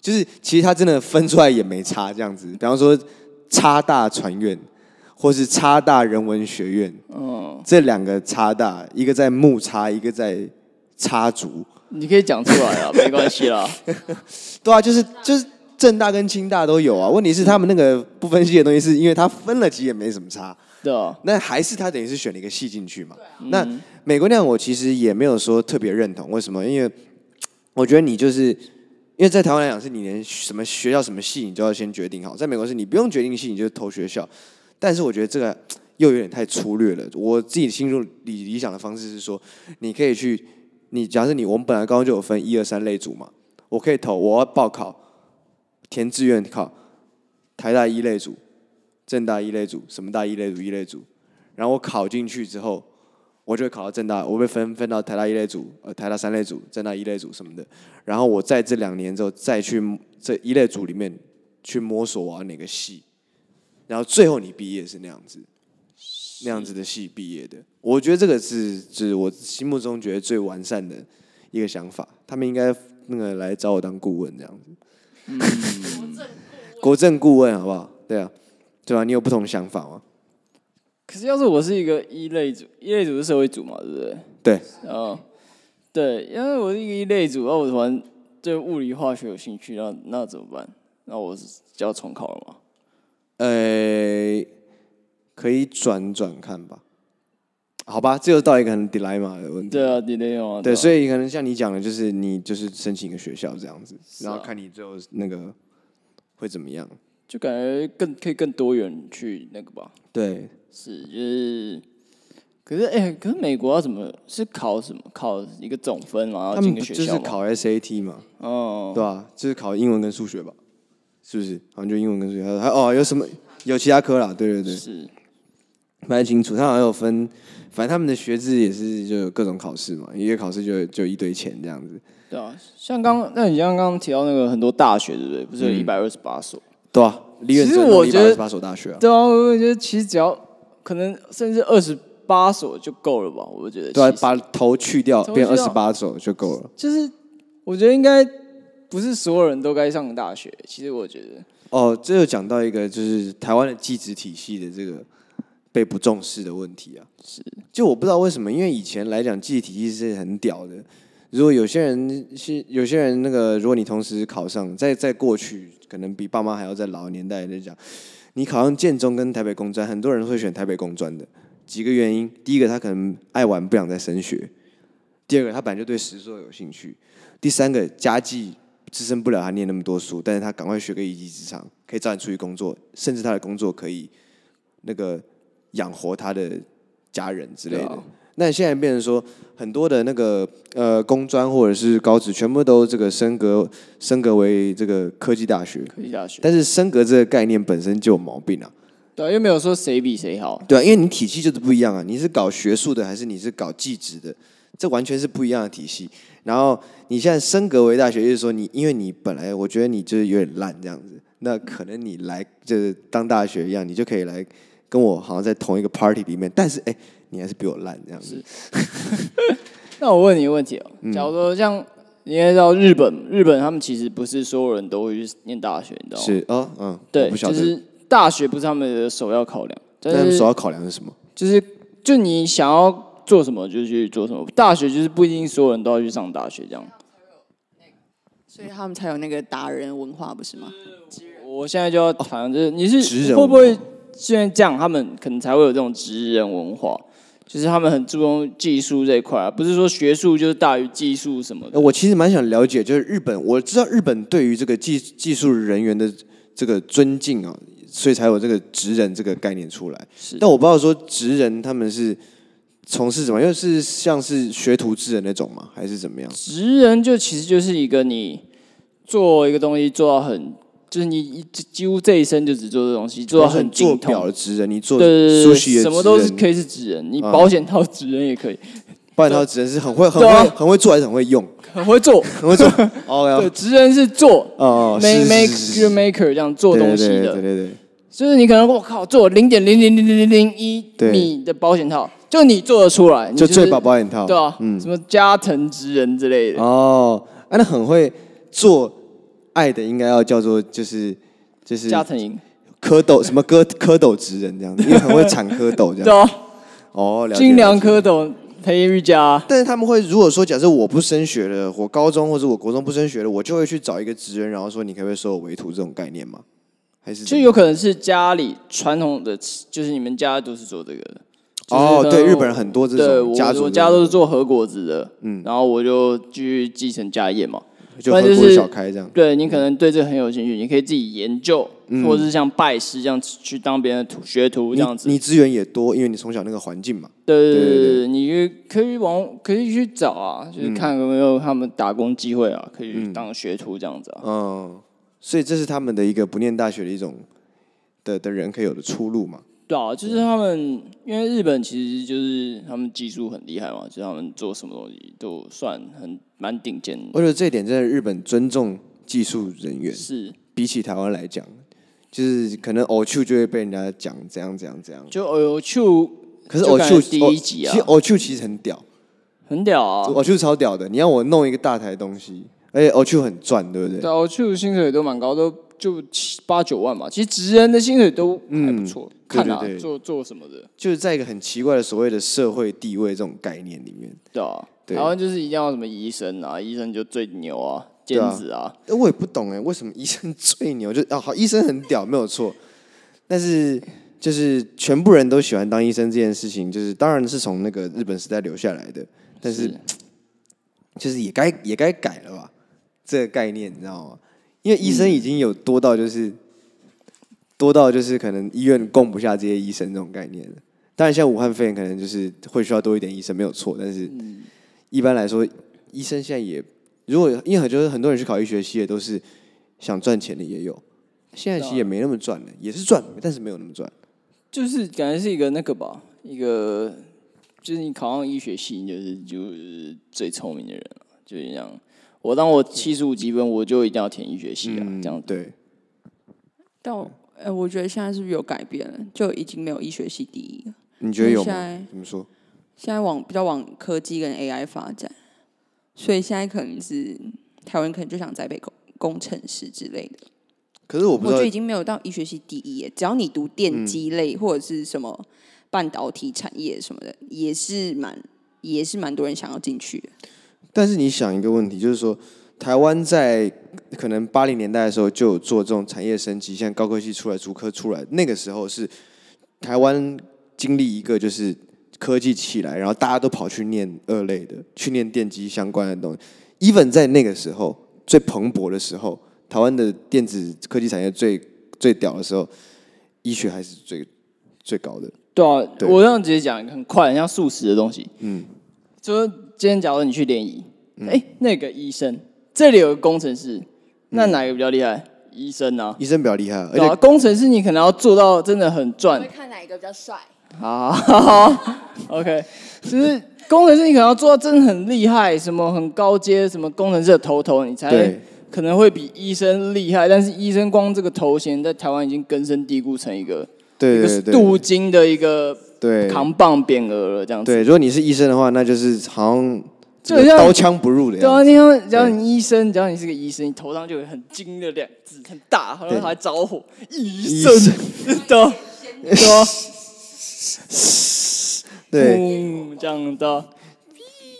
Speaker 1: 就是其实它真的分出来也没差这样子。比方说，差大传院或是差大人文学院，
Speaker 3: 嗯，
Speaker 1: 这两个差大，一个在木差，一个在插足，
Speaker 3: 你可以讲出来啊，没关 系啦。
Speaker 1: 对啊，就是就是正大跟清大都有啊。问题是他们那个不分系的东西，是因为它分了，其实也没什么差。
Speaker 3: 对啊，
Speaker 1: 那还是他等于是选了一个系进去嘛。那美国那样我其实也没有说特别认同，为什么？因为我觉得你就是因为在台湾来讲，是你连什么学校什么系你都要先决定好，在美国是你不用决定系，你就投学校。但是我觉得这个又有点太粗略了。我自己心中理理想的方式是说，你可以去，你假设你我们本来高中就有分一二三类组嘛，我可以投，我要报考填志愿考台大一类组，正大一类组，什么大一类组一类组，然后我考进去之后，我就会考到正大，我被分分到台大一类组，呃，台大三类组，正大一类组什么的，然后我在这两年之后再去这一类组里面去摸索我要哪个系，然后最后你毕业是那样子，那样子的系毕业的，我觉得这个是是我心目中觉得最完善的一个想法，他们应该那个来找我当顾问这样子，国政顾问好不好？对啊。对啊，你有不同想法吗？
Speaker 3: 可是要是我是一个一类组，一类组是社会组嘛，对不对？
Speaker 1: 对，
Speaker 3: 哦，对，因为我是一个一类组，然后我突然对物理化学有兴趣，那那怎么办？那我是就要重考了吗？
Speaker 1: 呃，可以转转看吧。好吧，这又到一个很 dilemma 的问题。
Speaker 3: 对啊，delay 啊，
Speaker 1: 对，所
Speaker 3: 以
Speaker 1: 以可能像你讲的，就是你就是申请一个学校这样子，
Speaker 3: 啊
Speaker 1: 然后看你最后那个会怎么样。
Speaker 3: 就感觉更可以更多元去那个吧。
Speaker 1: 对，
Speaker 3: 是，就是，可是哎、可是美国要怎么是考什么？考一个总分嘛，然
Speaker 1: 他
Speaker 3: 后进
Speaker 1: 们
Speaker 3: 个
Speaker 1: 不
Speaker 3: 学
Speaker 1: 就是
Speaker 3: 校嘛？
Speaker 1: 考 SAT 嘛，
Speaker 3: 哦，
Speaker 1: 对吧、就是考英文跟数学吧，是不是？好像就英文跟数学，还有哦，有什么有其他科啦？对对对，
Speaker 3: 是，
Speaker 1: 不太清楚，他好像有分，反正他们的学制也是就有各种考试嘛，一个考试就就一堆钱这样子，
Speaker 3: 对啊。像刚，那你像刚刚提到那个很多大学，对不
Speaker 1: 嗯
Speaker 3: 对？不是有一百二十八所？
Speaker 1: 对啊，离远
Speaker 3: 其
Speaker 1: 只
Speaker 3: 实
Speaker 1: 有
Speaker 3: 我
Speaker 1: 一
Speaker 3: 觉
Speaker 1: 百
Speaker 3: 得
Speaker 1: 二十八所大学啊，
Speaker 3: 对啊，我觉得其实只要可能甚至二十八所就够了吧，我觉得。
Speaker 1: 对啊
Speaker 3: 其，实
Speaker 1: 把头去掉
Speaker 3: 头
Speaker 1: 变
Speaker 3: 去
Speaker 1: 二
Speaker 3: 掉
Speaker 1: 十八所就够了。
Speaker 3: 就是我觉得应该不是所有人都该上大学。其实我觉得，
Speaker 1: 哦，这又讲到一个就是台湾的技职体系的这个被不重视的问题啊。是，就我不知道为什么，因为以前来讲技职体系是很屌的。如果有些人是有些人那个，如果你同时考上，在在过去可能比爸妈还要再老的年代来讲，你考上建中跟台北工专，很多人会选台北工专的。几个原因，第一个他可能爱玩不想再升学，第二个他本来就对实作有兴趣，第三个家计支撑不了他念那么多书，但是他赶快学个一技之长，可以早点出去工作，甚至他的工作可以那个养活他的家人之类
Speaker 3: 对
Speaker 1: 的
Speaker 3: 啊。
Speaker 1: 那现在变成说，很多的那个呃工专或者是高职，全部都这个升格升格为这个科技大学，
Speaker 3: 科技大学，
Speaker 1: 但是升格这个概念本身就有毛病啊。
Speaker 3: 对、啊，又没有说谁比谁好。
Speaker 1: 对啊，因为你体系就是不一样啊，你是搞学术的还是你是搞技职的，这完全是不一样的体系。然后你现在升格为大学，就是说你因为你本来我觉得你就是有点烂这样子，那可能你来就是当大学一样，你就可以来跟我好像在同一个 party 里面，但是哎，你还是比我烂这样子。
Speaker 3: 那我问你一个问题哦、
Speaker 1: 嗯
Speaker 3: 假如说像你也知道日本，日本他们其实不是所有人都会去念大学，你知道吗？
Speaker 1: 是哦，嗯，我
Speaker 3: 对，
Speaker 1: 不晓
Speaker 3: 就
Speaker 1: 得。
Speaker 3: 是大学不是他们的首要考量，
Speaker 1: 那他
Speaker 3: 但
Speaker 1: 们
Speaker 3: 是
Speaker 1: 首要考量是什么？
Speaker 3: 就是就你想要做什么就去做什么。大学就是不一定所有人都要去上大学这样。
Speaker 2: 所以他们才有那个达人文化，不是吗？
Speaker 3: 我现在就要谈，就是你
Speaker 1: 职
Speaker 3: 是
Speaker 1: 人
Speaker 3: 会
Speaker 1: 文
Speaker 3: 不
Speaker 1: 化
Speaker 3: 会现在这样，他们可能才会有这种职人文化，就是他们很注重技术这一块、啊，不是说学术就是大于技术什么
Speaker 1: 呃
Speaker 3: 的。
Speaker 1: 我其实蛮想了解，就是日本，我知道日本对于这个技技术人员的这个尊敬啊，所以才有这个职人这个概念出来。
Speaker 3: 是
Speaker 1: 但我不知道说职人他们是从事什么，因为是像是学徒制的那种吗？还是怎么样？
Speaker 3: 职人就其实就是一个你做一个东西做到很，就是你一几乎这一生就只做这东西，做到很
Speaker 1: 做
Speaker 3: 精
Speaker 1: 表
Speaker 3: 通。
Speaker 1: 的职人，你做
Speaker 3: 对对
Speaker 1: 苏西
Speaker 3: 对，
Speaker 1: 的
Speaker 3: 什么都是
Speaker 1: 以，
Speaker 3: 可以是职人，你
Speaker 1: 啊
Speaker 3: 保险套职人也可以，
Speaker 1: 不然他职人是很会、很
Speaker 3: 对啊
Speaker 1: 会、很会做还是很会用？
Speaker 3: 很会 做。
Speaker 1: 很会做。哦
Speaker 3: 对，职人是做
Speaker 1: 哦，
Speaker 3: make
Speaker 1: 是
Speaker 3: make
Speaker 1: 哦是是
Speaker 3: your maker 这样做
Speaker 1: 对
Speaker 3: 东
Speaker 1: 对
Speaker 3: 西
Speaker 1: 对对
Speaker 3: 的
Speaker 1: 对，对，
Speaker 3: 就是你可能我靠做零点零零零零零零一
Speaker 1: 对
Speaker 3: 米的保险套，就你做得出来，你
Speaker 1: 就是最保保险套。
Speaker 3: 对啊，什么加藤直人之类的，
Speaker 1: 哦，啊，那很会做爱的，应该要叫做就是就是
Speaker 3: 加藤银，
Speaker 1: 蝌蚪什么蝌蝌蚪职人这样子，因为很会产蝌蚪这
Speaker 3: 对
Speaker 1: 样。
Speaker 3: 啊，
Speaker 1: 哦，了解
Speaker 3: 精
Speaker 1: 了
Speaker 3: 良
Speaker 1: 解
Speaker 3: 蝌蚪培育家，
Speaker 1: 但是他们会，如果说假设我不升学了，我高中或者我国中不升学了，我就会去找一个职人，然后说你可不可以收我为徒这种概念吗？还是
Speaker 3: 就有可能是家里传统的，就是你们家都是做这个的。就是
Speaker 1: 哦
Speaker 3: 可能
Speaker 1: 对
Speaker 3: 我
Speaker 1: 日本人很多这种
Speaker 3: 对我
Speaker 1: 家族
Speaker 3: 我
Speaker 1: 这
Speaker 3: 家
Speaker 1: 种
Speaker 3: 都是做和果子的，嗯，然后我就继续继承家业嘛。
Speaker 1: 就
Speaker 3: 不然
Speaker 1: 和
Speaker 3: 就
Speaker 1: 国
Speaker 3: 是
Speaker 1: 小开这样？
Speaker 3: 对你可能对这很有兴趣，你可以自己研究，
Speaker 1: 嗯
Speaker 3: 或者是像拜师这样子去当别人的徒学徒这样子。
Speaker 1: 你你资源也多，因为你从小那个环境嘛。
Speaker 3: 对对
Speaker 1: 对对嗯
Speaker 3: 对对，你可以往可以去找啊，就是看有没有他们打工机会啊，可以去当学徒这样子啊。
Speaker 1: 嗯，所以这是他们的一个不念大学的一种的的人可以有的出路嘛。
Speaker 3: 对啊，就是他们，因为日本其实就是他们技术很厉害嘛，就是他们做什么东西都算很蛮顶尖的。
Speaker 1: 我觉得这一点真的日本尊重技术人员，
Speaker 3: 是，
Speaker 1: 比起台湾来讲，就是可能偶趣就会被人家讲怎样怎样怎样。
Speaker 3: 就偶就
Speaker 1: 可是
Speaker 3: 就
Speaker 1: 偶
Speaker 3: 感
Speaker 1: 趣
Speaker 3: 觉第一集啊
Speaker 1: 其实偶趣其实很屌，
Speaker 3: 很屌啊，
Speaker 1: 偶趣超屌的。你要我弄一个大台东西，而且偶趣很赚，对不
Speaker 3: 对
Speaker 1: 对？
Speaker 3: 啊，我去薪水都蛮高，都就七八九万嘛。其实职人的薪水都还不错，看啊，
Speaker 1: 嗯对对对
Speaker 3: 做做什么的，
Speaker 1: 就是在一个很奇怪的所谓的社会地位这种概念里面，
Speaker 3: 对啊。
Speaker 1: 对
Speaker 3: 台湾就是一定要什么医生啊，医生就最牛啊，
Speaker 1: 对
Speaker 3: 兼
Speaker 1: 啊
Speaker 3: 职啊，
Speaker 1: 但我也不懂哎，为什么医生最牛？就啊，好，医生很屌，没有错，但是。就是全部人都喜欢当医生这件事情，就是当然是从那个日本时代留下来的，但是就是也该也该改了吧，这个概念你知道吗？因为医生已经有多到就是、多到就是可能医院供不下这些医生这种概念了。当然，像武汉肺炎可能就是会需要多一点医生没有错，但是一般来说，医生现在也如果因为很就是很多人去考医学系的都是想赚钱的也有，啊现在其实也没那么赚了，也是赚，但是没有那么赚。
Speaker 3: 就是感觉是一个那个吧，一个就是你考上医学系，你就是就是最聪明的人了、就是这样。我当我七十五积分，我就一定要填医学系啊，
Speaker 1: 嗯
Speaker 3: 这样子。
Speaker 1: 对，
Speaker 2: 但我呃，我觉得现在是不是有改变了？就已经没有医学系第一了，
Speaker 1: 你觉得有
Speaker 2: 现
Speaker 1: 吗
Speaker 2: 在？
Speaker 1: 怎么说？
Speaker 2: 现在往比较往科技跟 AI 发展，所以现在可能是台湾可能就想栽培工工程师之类的。
Speaker 1: 可是我不
Speaker 2: 我
Speaker 1: 知道
Speaker 2: 觉
Speaker 1: 嗯
Speaker 2: 得已经没有到医学系第一耶，只要你读电机类或者是什么半导体产业什么的，也是蛮也是蛮多人想要进去的。
Speaker 1: 但是你想一个问题，就是说，台湾在可能八零年代的时候就有做这种产业升级，像高科技出来、竹科出来，那个时候是台湾经历一个就是科技起来，然后大家都跑去念二类的，去念电机相关的东西。even 在那个时候最蓬勃的时候，台湾的电子科技产业最最屌的时候，医学还是最最高的。
Speaker 3: 对啊，
Speaker 1: 对
Speaker 3: 我这样直接讲，很快，很像素食的东西。嗯，就是今天假如你去联谊，
Speaker 1: 嗯
Speaker 3: 哎、那个医生，这里有个工程师，那哪个比较厉害？医生啊，
Speaker 1: 医生比较厉害，而
Speaker 3: 对啊，
Speaker 1: 且
Speaker 3: 工程师你可能要做到真的很赚，
Speaker 2: 看哪一个比较帅？
Speaker 3: 好好好好，OK，就是工程师你可能要做到真的很厉害，什么很高阶，什么工程师的头头，你才
Speaker 1: 对
Speaker 3: 可能会比医生厉害。但是医生光这个头衔在台湾已经根深蒂固成一个一
Speaker 1: 对
Speaker 3: 个
Speaker 1: 对
Speaker 3: 镀
Speaker 1: 对
Speaker 3: 金的一个
Speaker 1: 对，
Speaker 3: 扛棒匾额了，这样子。
Speaker 1: 对，如果你是医生的话，那就是好像这
Speaker 3: 就
Speaker 1: 个
Speaker 3: 像
Speaker 1: 刀枪不入的
Speaker 3: 对啊，
Speaker 1: 样子。
Speaker 3: 你像只要你医生，只要你是个医生，你头上就有很金的两字，很大，然后
Speaker 1: 对
Speaker 3: 还着火，医
Speaker 1: 医
Speaker 3: 生
Speaker 1: 生，
Speaker 3: 的，对啊，
Speaker 1: 对，
Speaker 3: 嗯，这样的，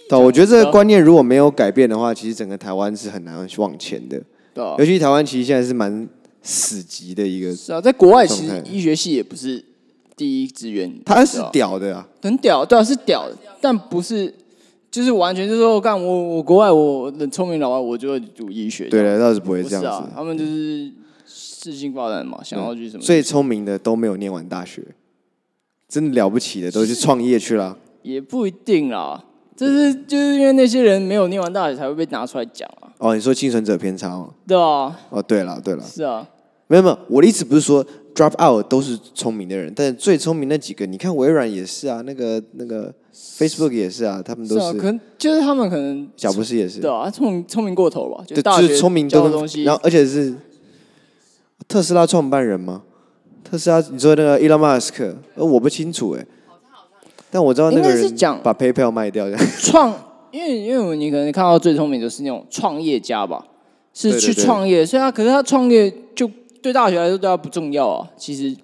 Speaker 1: 对，我觉得这个观念如果没有改变的话，其实整个台湾是很难往前的。
Speaker 3: 对啊
Speaker 1: 尤，其台湾其实现在是蛮死寂的一个，
Speaker 3: 是啊，在国外其
Speaker 1: 状
Speaker 3: 实
Speaker 1: 态
Speaker 3: 医学系也不是第一志愿，
Speaker 1: 它是
Speaker 3: 对啊
Speaker 1: 屌的啊，
Speaker 3: 很屌，对啊，是屌的，但不是，就是完全就是说，干我我国外我很聪明老外，我就会读医学，
Speaker 1: 对了，倒是不会
Speaker 3: 不是
Speaker 1: 这样
Speaker 3: 啊，
Speaker 1: 子。
Speaker 3: 他们就是事情发展嘛，想要去什么，
Speaker 1: 最聪明的都没有念完大学，真的了不起的都去创业去了。
Speaker 3: 也不一定啦，就是就是因为那些人没有念完大学才会被拿出来讲啊，
Speaker 1: 哦，你说幸存者偏差吗？
Speaker 3: 对啊，
Speaker 1: 哦，对了，对了，
Speaker 3: 是啊，
Speaker 1: 没有没有，我的意思不是说 drop out 都是聪明的人，但是最聪明那几个，你看微软也是啊，那个那个 Facebook 也是啊，他们都
Speaker 3: 是啊，可能就是他们可能
Speaker 1: 小布斯也是
Speaker 3: 对，啊，聪明聪明过头了吧，就
Speaker 1: 对，
Speaker 3: 大
Speaker 1: 就
Speaker 3: 学
Speaker 1: 是聪明
Speaker 3: 教
Speaker 1: 都
Speaker 3: 的
Speaker 1: 能
Speaker 3: 东西
Speaker 1: 然，后而且是特斯拉创办人吗？特斯拉，你说那个 Elon Musk，呃，我不清楚哎、但我知道那
Speaker 3: 应
Speaker 1: 个
Speaker 3: 该是
Speaker 1: 人
Speaker 3: 讲
Speaker 1: 把 PayPal 卖掉这样。
Speaker 3: 创，因为因为你可能看到最聪明的是那种创业家吧，是
Speaker 1: 对对
Speaker 3: 去
Speaker 1: 对
Speaker 3: 创业，所以他可是他创业就对大学来说对他不重要啊。其实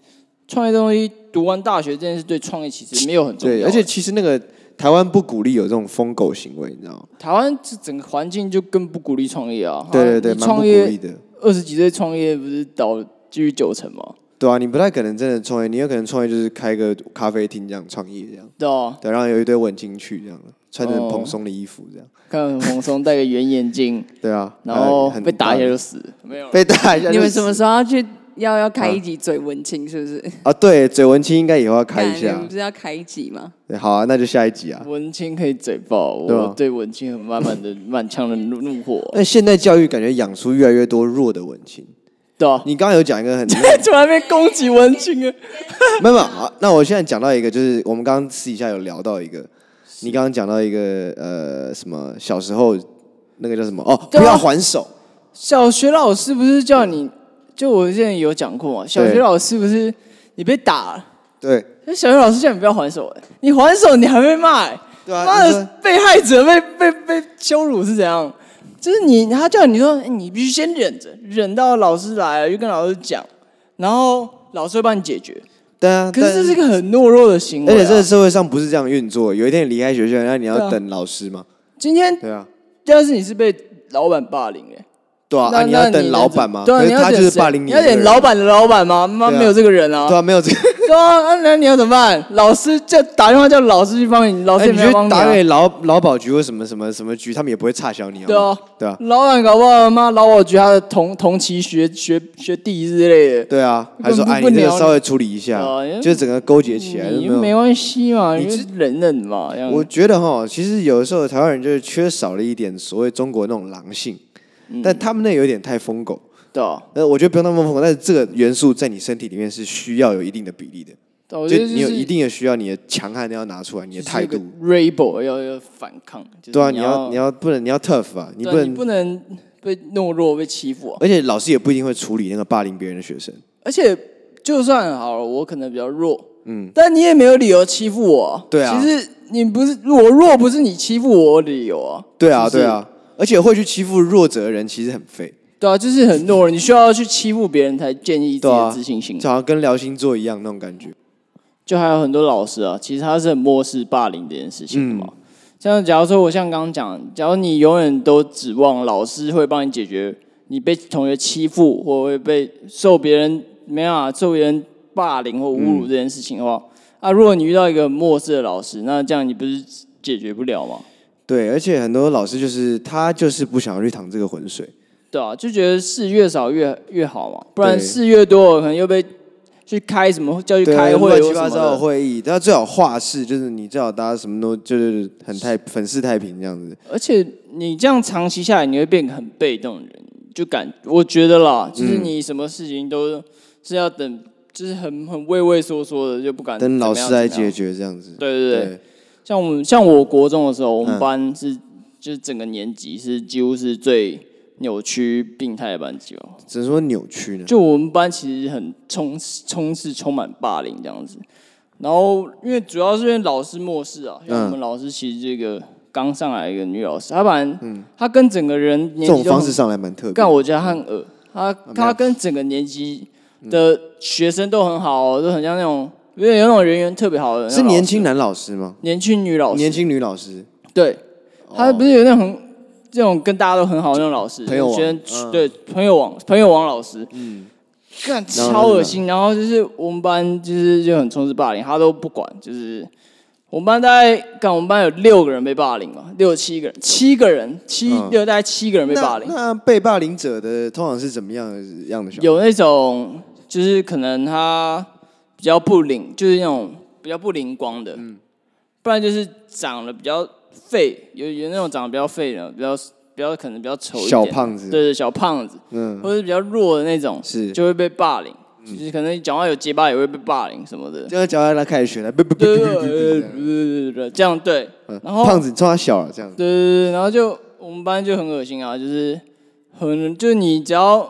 Speaker 3: 创业这东西，读完大学这件事对创业其实没有很重要啊、
Speaker 1: 对，而且其实那个台湾不鼓励有这种疯狗行为，你知道吗？
Speaker 3: 台湾这整个环境就更不鼓励创业啊。
Speaker 1: 对对
Speaker 3: 啊
Speaker 1: 对，
Speaker 3: 你
Speaker 1: 蛮不
Speaker 3: 创
Speaker 1: 鼓
Speaker 3: 业
Speaker 1: 励的。
Speaker 3: 二十几岁创业不是倒基于九成吗？
Speaker 1: 对啊，你不太可能真的创业，你有可能创业就是开个咖啡厅这样创业这样，
Speaker 3: 对啊，
Speaker 1: 对，然后有一堆文青去这样，穿着很
Speaker 3: 哦
Speaker 1: 蓬松的衣服这样，
Speaker 3: 看得很蓬松，戴个圆眼镜，
Speaker 1: 对啊，
Speaker 3: 哦 然后
Speaker 1: 呃很
Speaker 3: 被打一下
Speaker 1: 大
Speaker 3: 就死，没有啦
Speaker 1: 被打 一下就死，
Speaker 2: 你们什么时候要去？要要开
Speaker 1: 嗯
Speaker 2: 一集嘴文青是不是？
Speaker 1: 啊？对，嘴文青应该也要开
Speaker 2: 看
Speaker 1: 一
Speaker 2: 你
Speaker 1: 下
Speaker 2: 们，不是要开一集吗？
Speaker 1: 对好啊，那就下一集啊。
Speaker 3: 文青可以嘴爆，
Speaker 1: 对
Speaker 3: 我
Speaker 1: 啊
Speaker 3: 对文青很满满的满腔的怒怒火。
Speaker 1: 那现代教育感觉养出越来越多弱的文青。
Speaker 3: 对啊，
Speaker 1: 你刚刚有讲一个 很，
Speaker 3: 突然被攻击文青啊！
Speaker 1: 没有没有好，那我现在讲到一个，就是我们刚刚私底下有聊到一个，你刚刚讲到一个呃什么小时候那个叫什么哦，
Speaker 3: 对啊
Speaker 1: 不要还手，
Speaker 3: 小学老师不是叫你，就我之前有讲过嘛，小学老师不是你被打了，
Speaker 1: 对
Speaker 3: 那小学老师叫你不要还手、欸，你还手你还被骂、欸，
Speaker 1: 对啊
Speaker 3: 妈
Speaker 1: 你说
Speaker 3: 的被害者被被被羞辱是怎样？就是你他叫你说、欸你必须先忍着，忍到老师来了就跟老师讲，然后老师会帮你解决。
Speaker 1: 对啊，
Speaker 3: 可是这
Speaker 1: 但
Speaker 3: 是一个很懦弱的行为、
Speaker 1: 而
Speaker 3: 啊，
Speaker 1: 且这个社会上不是这样运作，有一天你离开学校，然后你
Speaker 3: 对
Speaker 1: 要
Speaker 3: 啊
Speaker 1: 等老师嘛，
Speaker 3: 今天
Speaker 1: 对啊，
Speaker 3: 要是你是被老板霸凌、欸，
Speaker 1: 对啊，
Speaker 3: 那
Speaker 1: 啊你要等老板嘛，
Speaker 3: 对啊，
Speaker 1: 可
Speaker 3: 你
Speaker 1: 是
Speaker 3: 要
Speaker 1: 他
Speaker 3: 等
Speaker 1: 就是
Speaker 3: 谁
Speaker 1: 霸凌你
Speaker 3: 要
Speaker 1: 的那个人，
Speaker 3: 点老板的老板吗？妈，
Speaker 1: 对啊
Speaker 3: 没有这个人啊
Speaker 1: 对。啊，没有这 个，
Speaker 3: 对啊，那那你要怎么办？老师叫打电话叫老师去帮你，老师
Speaker 1: 哎，
Speaker 3: 也
Speaker 1: 你
Speaker 3: 没有
Speaker 1: 去
Speaker 3: 帮
Speaker 1: 打
Speaker 3: 啊。
Speaker 1: 给劳劳保局或什么什么什么局，他们也不会差小你，
Speaker 3: 对
Speaker 1: 好
Speaker 3: 啊
Speaker 1: 吗，对啊，
Speaker 3: 老板搞不好妈老我觉得他的同同期学学学弟之类的，
Speaker 1: 对啊，还说
Speaker 3: 根本
Speaker 1: 哎，
Speaker 3: 不
Speaker 1: 你这
Speaker 3: 鸟
Speaker 1: 个
Speaker 3: 你
Speaker 1: 稍微处理一下
Speaker 3: 哦因为，
Speaker 1: 就整个勾结起来，
Speaker 3: 你
Speaker 1: 有
Speaker 3: 没
Speaker 1: 没有？
Speaker 3: 关系嘛，
Speaker 1: 你
Speaker 3: 你
Speaker 1: 知
Speaker 3: 就忍忍嘛。这样
Speaker 1: 我觉得哈，其实有的时候台湾人就是缺少了一点所谓中国那种狼性，
Speaker 3: 嗯
Speaker 1: 但他们那有点太疯狗。
Speaker 3: 对啊，
Speaker 1: 呃，我觉得不用那么疯狗，但是这个元素在你身体里面是需要有一定的比例的，
Speaker 3: 对啊我觉
Speaker 1: 就
Speaker 3: 得
Speaker 1: 你有
Speaker 3: 是
Speaker 1: 一定的需要，你的强悍要拿出来，你的态度。
Speaker 3: ，rebel 要要反抗。就是
Speaker 1: 对啊，你
Speaker 3: 要
Speaker 1: 要你要不能你要 tough 啊，你
Speaker 3: 对
Speaker 1: 不
Speaker 3: 啊你
Speaker 1: 能，
Speaker 3: 不能被懦弱被欺负啊。
Speaker 1: 而且老师也不一定会处理那个霸凌别人的学生。
Speaker 3: 而且就算好了，我可能比较弱，嗯，但你也没有理由欺负我、
Speaker 1: 对啊
Speaker 3: 其实你不是我弱，不是你欺负我的理由啊。
Speaker 1: 对啊，
Speaker 3: 是不
Speaker 1: 对
Speaker 3: 是，
Speaker 1: 啊，而且会去欺负弱者的人其实很废。
Speaker 3: 对啊，就是很懦弱，你需要去欺负别人才建立自己
Speaker 1: 对
Speaker 3: 的
Speaker 1: 啊
Speaker 3: 自信心。
Speaker 1: 就好像跟聊星座一样那种感觉。
Speaker 3: 就还有很多老师啊，其实他是很漠视霸凌这件事情的嘛。
Speaker 1: 嗯
Speaker 3: 像假如说我像刚刚讲，假如你永远都指望老师会帮你解决你被同学欺负或会被受别人没办法受别人霸凌或侮辱这件事情的话，
Speaker 1: 嗯
Speaker 3: 啊，如果你遇到一个漠视的老师，那这样你不是解决不了吗？
Speaker 1: 对，而且很多老师就是他就是不想要去淌这个浑水。
Speaker 3: 对啊，就觉得事越少越越好嘛，不然
Speaker 1: 对
Speaker 3: 事越多，可能又被去开什么叫去
Speaker 1: 对啊
Speaker 3: 开会
Speaker 1: 乱
Speaker 3: 或
Speaker 1: 七
Speaker 3: 什
Speaker 1: 八
Speaker 3: 么
Speaker 1: 糟的
Speaker 3: 的，
Speaker 1: 会议，但啊他最好画室就是你最好大家什么都就是很太粉饰太平这样子。
Speaker 3: 而且你这样长期下来，你会变得很被动的人，就感我觉得
Speaker 1: 嗯
Speaker 3: 啦，就是你什么事情都是要等，就是很很畏畏缩缩的，就不敢
Speaker 1: 等老师来解
Speaker 3: 决。
Speaker 1: 决这样子。
Speaker 3: 对对对，像我们像我国中的时候，我们班是、
Speaker 1: 嗯
Speaker 3: 就是整个年级是几乎是最扭曲病态的班级哦。
Speaker 1: 只能说扭曲呢。
Speaker 3: 就我们班其实很充充斥充满霸凌这样子，然后因为主要是因为老师漠视啊，因为
Speaker 1: 嗯
Speaker 3: 我们老师其实这个刚上来一个女老师，她本来、她跟整个人年
Speaker 1: 嗯这
Speaker 3: 级
Speaker 1: 种
Speaker 3: 都
Speaker 1: 方
Speaker 3: 很
Speaker 1: 式嗯上来蛮特别
Speaker 3: 干，
Speaker 1: 的。
Speaker 3: 我觉得她很恶，她她跟整个年级的学生都很好、哦，都很像那种因为有那种人缘特别好的那种
Speaker 1: 是年轻
Speaker 3: 老师
Speaker 1: 男老师吗？
Speaker 3: 年轻女老师，
Speaker 1: 年轻女老师，
Speaker 3: 对，
Speaker 1: 哦
Speaker 3: 他不是有那种很这种跟大家都很好的那种老师，
Speaker 1: 朋友网嗯
Speaker 3: 学生、对朋友网朋友网老师，嗯，干
Speaker 1: 然后
Speaker 3: 超恶心。然后就是我们班就是就很充斥霸凌，他都不管，就是。我们班大概，干我们班有六个人被霸凌嘛，六七个人，七个人，七、
Speaker 1: 嗯
Speaker 3: 六大概七个人被霸凌
Speaker 1: 那。那被霸凌者的通常是怎么样的样的小孩？
Speaker 3: 有那种就是可能他比较不灵，就是那种比较不灵光的，不然就是长得比较废，有有那种长得比较废的，比较比较可能比较丑一点，
Speaker 1: 小胖子
Speaker 3: 对对，小胖子，
Speaker 1: 嗯，
Speaker 3: 或者是比较弱的那种，
Speaker 1: 是
Speaker 3: 就会被霸凌，就是可能讲话有结巴也会被霸凌什么的，
Speaker 1: 就要教他开始学了，不不不
Speaker 3: 对
Speaker 1: 不
Speaker 3: 对
Speaker 1: 不不
Speaker 3: 对对对，这样对，
Speaker 1: 嗯
Speaker 3: 然后
Speaker 1: 胖子冲他小了这样。
Speaker 3: 对对对，然后就我们班就很恶心啊，就是很就是你只要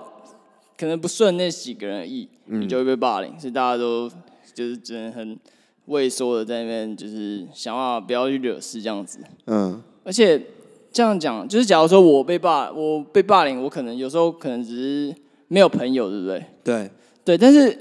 Speaker 3: 可能不顺那几个人的意，
Speaker 1: 嗯
Speaker 3: 你就会被霸凌，所以大家都就是只能很畏缩的在那边，就是想办法不要去惹事这样子。
Speaker 1: 嗯
Speaker 3: 而且这样讲，就是假如说我被霸，我被霸凌，我可能有时候可能只是没有朋友，对不对？
Speaker 1: 对，
Speaker 3: 对，但是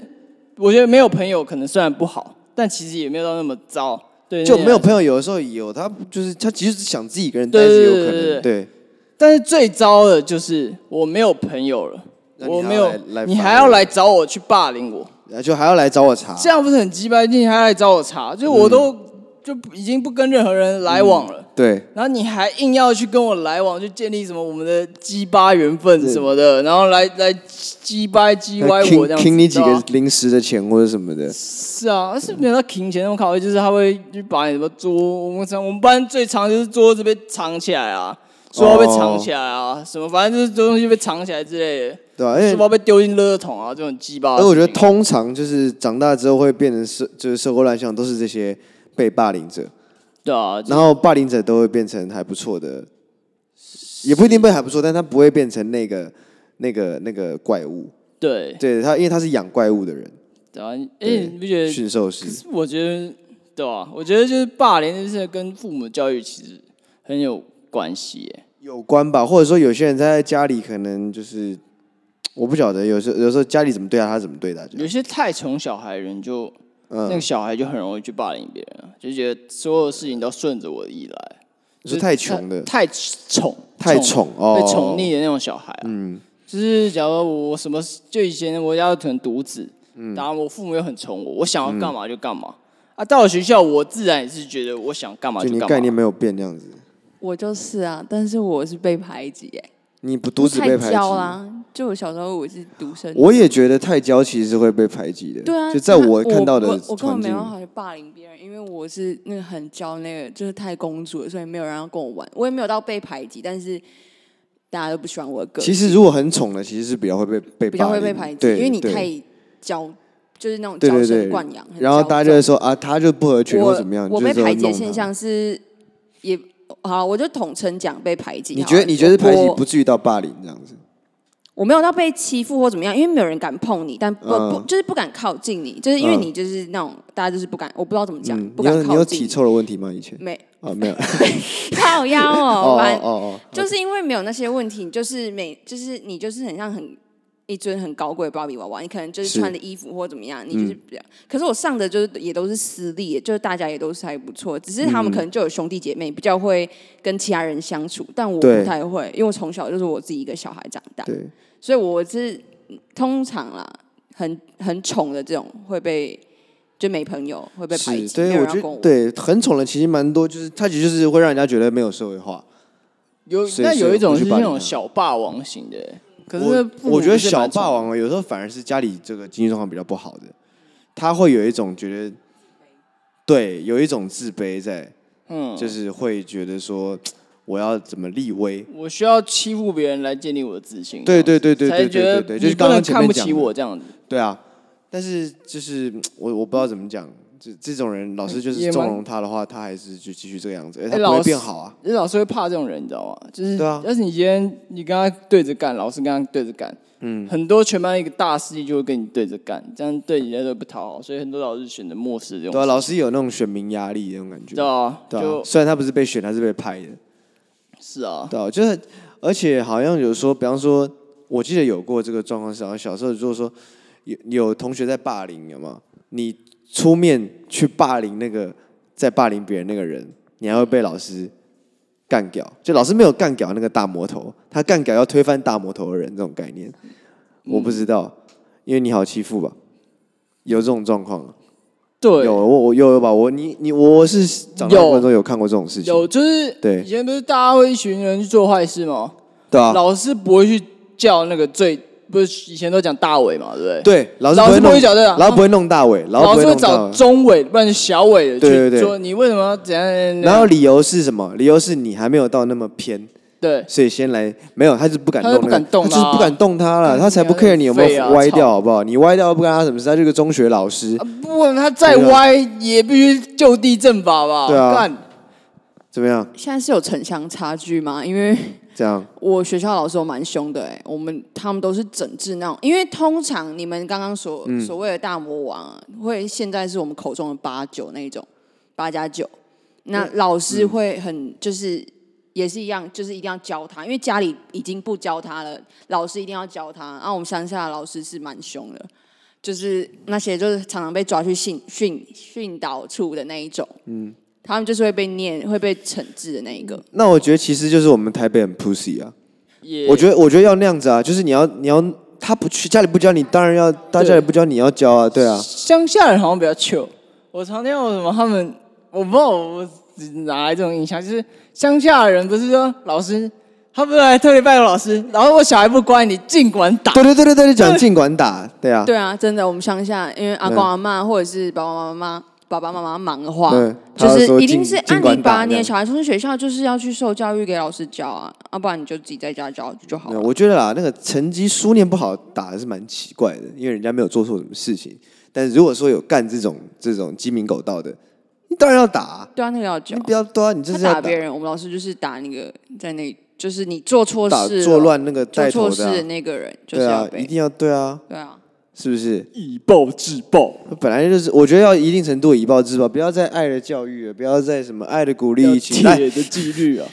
Speaker 3: 我觉得没有朋友可能虽然不好，但其实也没有到那么糟。对，
Speaker 1: 就
Speaker 3: 那
Speaker 1: 没有朋友，有的时候有他就是他其实只想自己一个人待
Speaker 3: 对
Speaker 1: 是
Speaker 3: 对
Speaker 1: 有
Speaker 3: 对
Speaker 1: 可
Speaker 3: 对
Speaker 1: 能，对，
Speaker 3: 但是最糟的就是我没有朋友了，
Speaker 1: 那你
Speaker 3: 我
Speaker 1: 还
Speaker 3: 没
Speaker 1: 要
Speaker 3: 有
Speaker 1: 来来，啊
Speaker 3: 你
Speaker 1: 烦
Speaker 3: 还要
Speaker 1: 我
Speaker 3: 来找我去霸凌我，
Speaker 1: 然后就还要来找我查，
Speaker 3: 这样不是很鸡掰？你还要来找我查，就我都、
Speaker 1: 嗯
Speaker 3: 就已经不跟任何人来往了。
Speaker 1: 对，
Speaker 3: 然后你还硬要去跟我来往，去建立什么我们的鸡巴缘分什么的，然后来来鸡掰鸡歪我这样子，
Speaker 1: 听你几
Speaker 3: 对
Speaker 1: 个
Speaker 3: 吧
Speaker 1: 零食的钱或者什么的，
Speaker 3: 是啊，但是没有到停钱那么考虑，就是他会就把你什么桌，我们常我们班最常就是桌子被藏起来
Speaker 1: 哦
Speaker 3: 啊，书包被藏起来啊，什么反正就是东西被藏起来之类的，
Speaker 1: 对吧、而且
Speaker 3: 书包被丢进垃圾桶啊，这种鸡巴的
Speaker 1: 而
Speaker 3: 事情。
Speaker 1: 哎我觉得通常就是长大之后会变成社就是社会乱象，都是这些被霸凌者，
Speaker 3: 对啊，就
Speaker 1: 然后霸凌者都会变成还不错的，也不一定被还不错，但他不会变成那个那个那个怪物，
Speaker 3: 对
Speaker 1: 对他，因为他是养怪物的人，
Speaker 3: 对啊，哎、
Speaker 1: 对
Speaker 3: 你不觉得？
Speaker 1: 驯兽
Speaker 3: 可
Speaker 1: 师，
Speaker 3: 是我觉得，对啊，我觉得就是霸凌这件事跟父母教育其实很有关系耶。
Speaker 1: 有关吧，或者说有些人在家里可能就是。我不晓得，有时候有时候家里怎么对他，他怎么对大家
Speaker 3: 有。些太宠小孩的人就，
Speaker 1: 嗯
Speaker 3: 那个，小孩就很容易去霸凌别人啊，就觉得所有事情都顺着我的意来。
Speaker 1: 你说太穷的，
Speaker 3: 太宠、
Speaker 1: 太宠哦，
Speaker 3: 被宠溺的那种小孩、啊。嗯，就是假如我什么，就以前我家可能独子，
Speaker 1: 嗯
Speaker 3: 然后我父母又很宠我，我想要干嘛就干嘛。啊，到了学校，我自然也是觉得我想干嘛
Speaker 1: 就你
Speaker 3: 干
Speaker 1: 概念
Speaker 3: 嘛。
Speaker 1: 没有变这样子，
Speaker 2: 我就是啊，但是我是被排挤哎、
Speaker 1: 你不独自
Speaker 2: 太
Speaker 1: 被排挤
Speaker 2: 娇。啦，就我小时候我是独生女，
Speaker 1: 我也觉得太娇其实是会被排挤的，
Speaker 2: 对啊，
Speaker 1: 就在我看到的
Speaker 2: 我我根本
Speaker 1: 环
Speaker 2: 没
Speaker 1: 境
Speaker 2: 办，法去霸凌别人，因为我是那个很娇那个，就是太公主了，所以没有人要跟我玩，我也没有到被排挤，但是大家都不喜欢我的个
Speaker 1: 其
Speaker 2: 性，
Speaker 1: 实如果很宠的，其实是比较会被被
Speaker 2: 比较
Speaker 1: 霸
Speaker 2: 会
Speaker 1: 凌
Speaker 2: 被排挤，
Speaker 1: 对
Speaker 2: 因为你
Speaker 1: 对
Speaker 2: 太娇，就是那种
Speaker 1: 对
Speaker 2: 娇
Speaker 1: 对
Speaker 2: 生
Speaker 1: 对
Speaker 2: 惯养，很
Speaker 1: 然后大家
Speaker 2: 娇
Speaker 1: 就
Speaker 2: 纵
Speaker 1: 会说啊，他就不合群或
Speaker 2: 我
Speaker 1: 怎么样，
Speaker 2: 我
Speaker 1: 就
Speaker 2: 被
Speaker 1: 是
Speaker 2: 排
Speaker 1: 会
Speaker 2: 挤的
Speaker 1: 弄
Speaker 2: 现
Speaker 1: 他。
Speaker 2: 象是也好，我就统称讲被排挤好
Speaker 1: 你
Speaker 2: 了。
Speaker 1: 觉得你觉得排挤
Speaker 2: 我
Speaker 1: 不至于到霸凌这样子？
Speaker 2: 我没有到被欺负或怎么样，因为没有人敢碰你，但不、
Speaker 1: 嗯
Speaker 2: 不就是不敢靠近你，就是因为
Speaker 1: 嗯
Speaker 2: 你就是那种、大家就是不敢，我不知道怎么讲，
Speaker 1: 嗯，
Speaker 2: 不
Speaker 1: 你有
Speaker 2: 敢
Speaker 1: 你
Speaker 2: 靠
Speaker 1: 有
Speaker 2: 近
Speaker 1: 体
Speaker 2: 你。
Speaker 1: 臭的问题吗？以前
Speaker 2: 没
Speaker 1: 啊 没有，哦
Speaker 2: 靠腰哦，反
Speaker 1: 哦
Speaker 2: 正
Speaker 1: 哦哦，
Speaker 2: 就是因为没有那些问题，你就是每就是你就是很像很一尊很高贵的芭比娃娃，你可能就是
Speaker 1: 是
Speaker 2: 穿的衣服或怎么样，你
Speaker 1: 嗯
Speaker 2: 就是比较。可是我上的就是也都是私立，就是大家也都是还不错，只是他们可能就有兄弟姐妹，比较会跟其他人相处，但我
Speaker 1: 对
Speaker 2: 不太会，因为我从小就是我自己一个小孩长大，
Speaker 1: 对，
Speaker 2: 所以我是通常啦，很很宠的这种会被。就没朋友会被排
Speaker 1: 是，
Speaker 2: 挤，没
Speaker 1: 对，
Speaker 2: 有
Speaker 1: 我
Speaker 2: 人要
Speaker 1: 觉
Speaker 2: 跟我
Speaker 1: 得
Speaker 2: 玩
Speaker 1: 对很宠的其实蛮多，就是他其实就是会让人家觉得没有社会化。
Speaker 3: 有
Speaker 1: 所以
Speaker 3: 那有一种
Speaker 1: 所以我不去
Speaker 3: 是
Speaker 1: 霸
Speaker 3: 那
Speaker 1: 凌
Speaker 3: 种
Speaker 1: 他
Speaker 3: 小霸王型的，可是
Speaker 1: 啊我
Speaker 3: 父母
Speaker 1: 我觉得
Speaker 3: 是
Speaker 1: 小
Speaker 3: 蛮宠
Speaker 1: 霸王啊有时候反而是家里这个经济状况比较不好的，他会有一种觉得，对，有一种自卑在，
Speaker 3: 嗯，
Speaker 1: 就是会觉得说我要怎么立威。
Speaker 3: 我需要欺负别人来建立我的自信。
Speaker 1: 对对对对对
Speaker 3: 才觉得
Speaker 1: 对对，就是
Speaker 3: 你不
Speaker 1: 刚
Speaker 3: 能
Speaker 1: 刚前
Speaker 3: 看
Speaker 1: 面
Speaker 3: 不
Speaker 1: 讲
Speaker 3: 起
Speaker 1: 的，
Speaker 3: 我这样子，
Speaker 1: 对啊，但是就是我我不知道怎么讲，这这种人老师就
Speaker 3: 也
Speaker 1: 是
Speaker 3: 蛮
Speaker 1: 纵容他的话，他还是就继续这个样子，而
Speaker 3: 哎
Speaker 1: 他不
Speaker 3: 老
Speaker 1: 会
Speaker 3: 师
Speaker 1: 变好啊。
Speaker 3: 因为老师会怕这种人，你知道吗？就是，
Speaker 1: 对啊
Speaker 3: 要是你今天你跟他对着干，老师跟他对着干，嗯，很多全班一个大势力就会跟你对着干，这样对你来说不讨好，所以很多老师选择漠视这种事情。
Speaker 1: 对啊，老师有那种选民压力那种感觉
Speaker 3: 知。道啊，
Speaker 1: 对啊
Speaker 3: 就，
Speaker 1: 虽然他不是被选，他是被拍的。
Speaker 3: 是啊，
Speaker 1: 对啊，就是而且好像有说，比方说，我记得有过这个状况是，好像小时候如果说有有同学在霸凌，有吗？你出面去霸凌那个在霸凌别人那个人，你还会被老师干掉。就老师没有干掉那个大魔头，他干掉要推翻大魔头的人这种概念，
Speaker 3: 嗯
Speaker 1: 我不知道，因为你好欺负吧。有这种状况，
Speaker 3: 对，
Speaker 1: 有我我有有吧？我你你我是长大
Speaker 3: 有
Speaker 1: 过程中有看过这种事情，
Speaker 3: 有就是，
Speaker 1: 对
Speaker 3: 以前不是大家会一群人去做坏事吗？
Speaker 1: 对啊，
Speaker 3: 老师不会去叫那个最，不是以前都讲大伟嘛，对不对？
Speaker 1: 对，老师
Speaker 3: 老师
Speaker 1: 不
Speaker 3: 不会
Speaker 1: 会
Speaker 3: 讲
Speaker 1: 弄，
Speaker 3: 对啊
Speaker 1: 老师不会弄大尾，老师
Speaker 3: 老
Speaker 1: 不
Speaker 3: 师
Speaker 1: 会
Speaker 3: 会
Speaker 1: 弄大
Speaker 3: 找
Speaker 1: 尾。
Speaker 3: 中伟，不然是小伟的
Speaker 1: 对对
Speaker 3: 去
Speaker 1: 对
Speaker 3: 说你为什么要怎样？怎样
Speaker 1: 然后理由是什么？理由是你还没有到那么偏，
Speaker 3: 对，
Speaker 1: 所以先来没有，他就是不敢
Speaker 3: 他
Speaker 1: 动、那
Speaker 3: 就不
Speaker 1: 个，
Speaker 3: 敢动
Speaker 1: 他就是
Speaker 3: 啦
Speaker 1: 不敢动他
Speaker 3: 干
Speaker 1: 了，他才不
Speaker 3: 你娘
Speaker 1: care 你有没
Speaker 3: 废啊
Speaker 1: 有歪
Speaker 3: 操
Speaker 1: 掉，好不好？你歪掉不干他什么事，他就是个中学老师
Speaker 3: 啊，不管他再歪，也必须就地正法吧？
Speaker 1: 对啊
Speaker 3: 干
Speaker 1: 怎么样？
Speaker 2: 现在是有城乡差距吗？因为
Speaker 1: 这样
Speaker 2: 我学校老师都蛮凶的哎、我们他们都是整治那种，因为通常你们刚刚所、所谓的大魔王、啊，会现在是我们口中的八九那一种八加九，那老师会很就是也是一样，就是一定要教他，因为家里已经不教他了，老师一定要教他。然、后我们乡下的老师是蛮凶的，就是那些就是常常被抓去训训训导处的那一种，嗯，他们就是会被念会被惩治的那一个。
Speaker 1: 那我觉得其实就是我们台北很 pussy 啊，
Speaker 3: 也
Speaker 1: 我觉得我觉得要那样子啊，就是你要你要他不去家里不教你，当然要他家里不教你要教啊，对 啊，
Speaker 3: 乡下人好像比较糗。我常听到什么他们，我不知道我哪来这种印象，就是乡下人不是说老师，他不是来特别拜托老师，然后我小孩不乖，你尽管打。
Speaker 1: 对对对对对，就讲尽管打，对啊，
Speaker 2: 对啊，真的，我们乡下，因为阿
Speaker 1: 嗯
Speaker 2: 公阿妈或者是爸爸妈妈、爸爸妈妈忙的话
Speaker 1: 对，他
Speaker 2: 就
Speaker 1: 就说
Speaker 2: 是一定
Speaker 1: 尽
Speaker 2: 是
Speaker 1: 尽
Speaker 2: 按
Speaker 1: 管
Speaker 2: 你
Speaker 1: 打
Speaker 2: 把
Speaker 1: 这
Speaker 2: 你
Speaker 1: 样
Speaker 2: 的小孩送去学校，就是要去受教育，给老师教啊，要、不然你就自己在家教就好
Speaker 1: 对
Speaker 2: 了。
Speaker 1: 我觉得啦，那个成绩书念不好打的是蛮奇怪的，因为人家没有做错什么事情。但是如果说有干这种这种鸡鸣狗盗的，你当然要打、啊，
Speaker 2: 对啊，那个要教
Speaker 1: 你，不要对啊，你就
Speaker 2: 他
Speaker 1: 是要
Speaker 2: 打别人，我们老师就是打那个在那，就是你做错
Speaker 1: 打
Speaker 2: 事、
Speaker 1: 作、乱那个
Speaker 2: 做
Speaker 1: 带头
Speaker 2: 错事
Speaker 1: 的啊、
Speaker 2: 的那个人，就是
Speaker 1: 对
Speaker 2: 要
Speaker 1: 啊，
Speaker 2: 被
Speaker 1: 一定要对啊，
Speaker 2: 对啊，
Speaker 1: 是不是？
Speaker 3: 以暴制暴，
Speaker 1: 本来就是，我觉得要一定程度以暴制暴，不要再爱的教育了，不要再什么爱的鼓励一起
Speaker 3: 铁
Speaker 1: 来。
Speaker 3: 的纪律啊。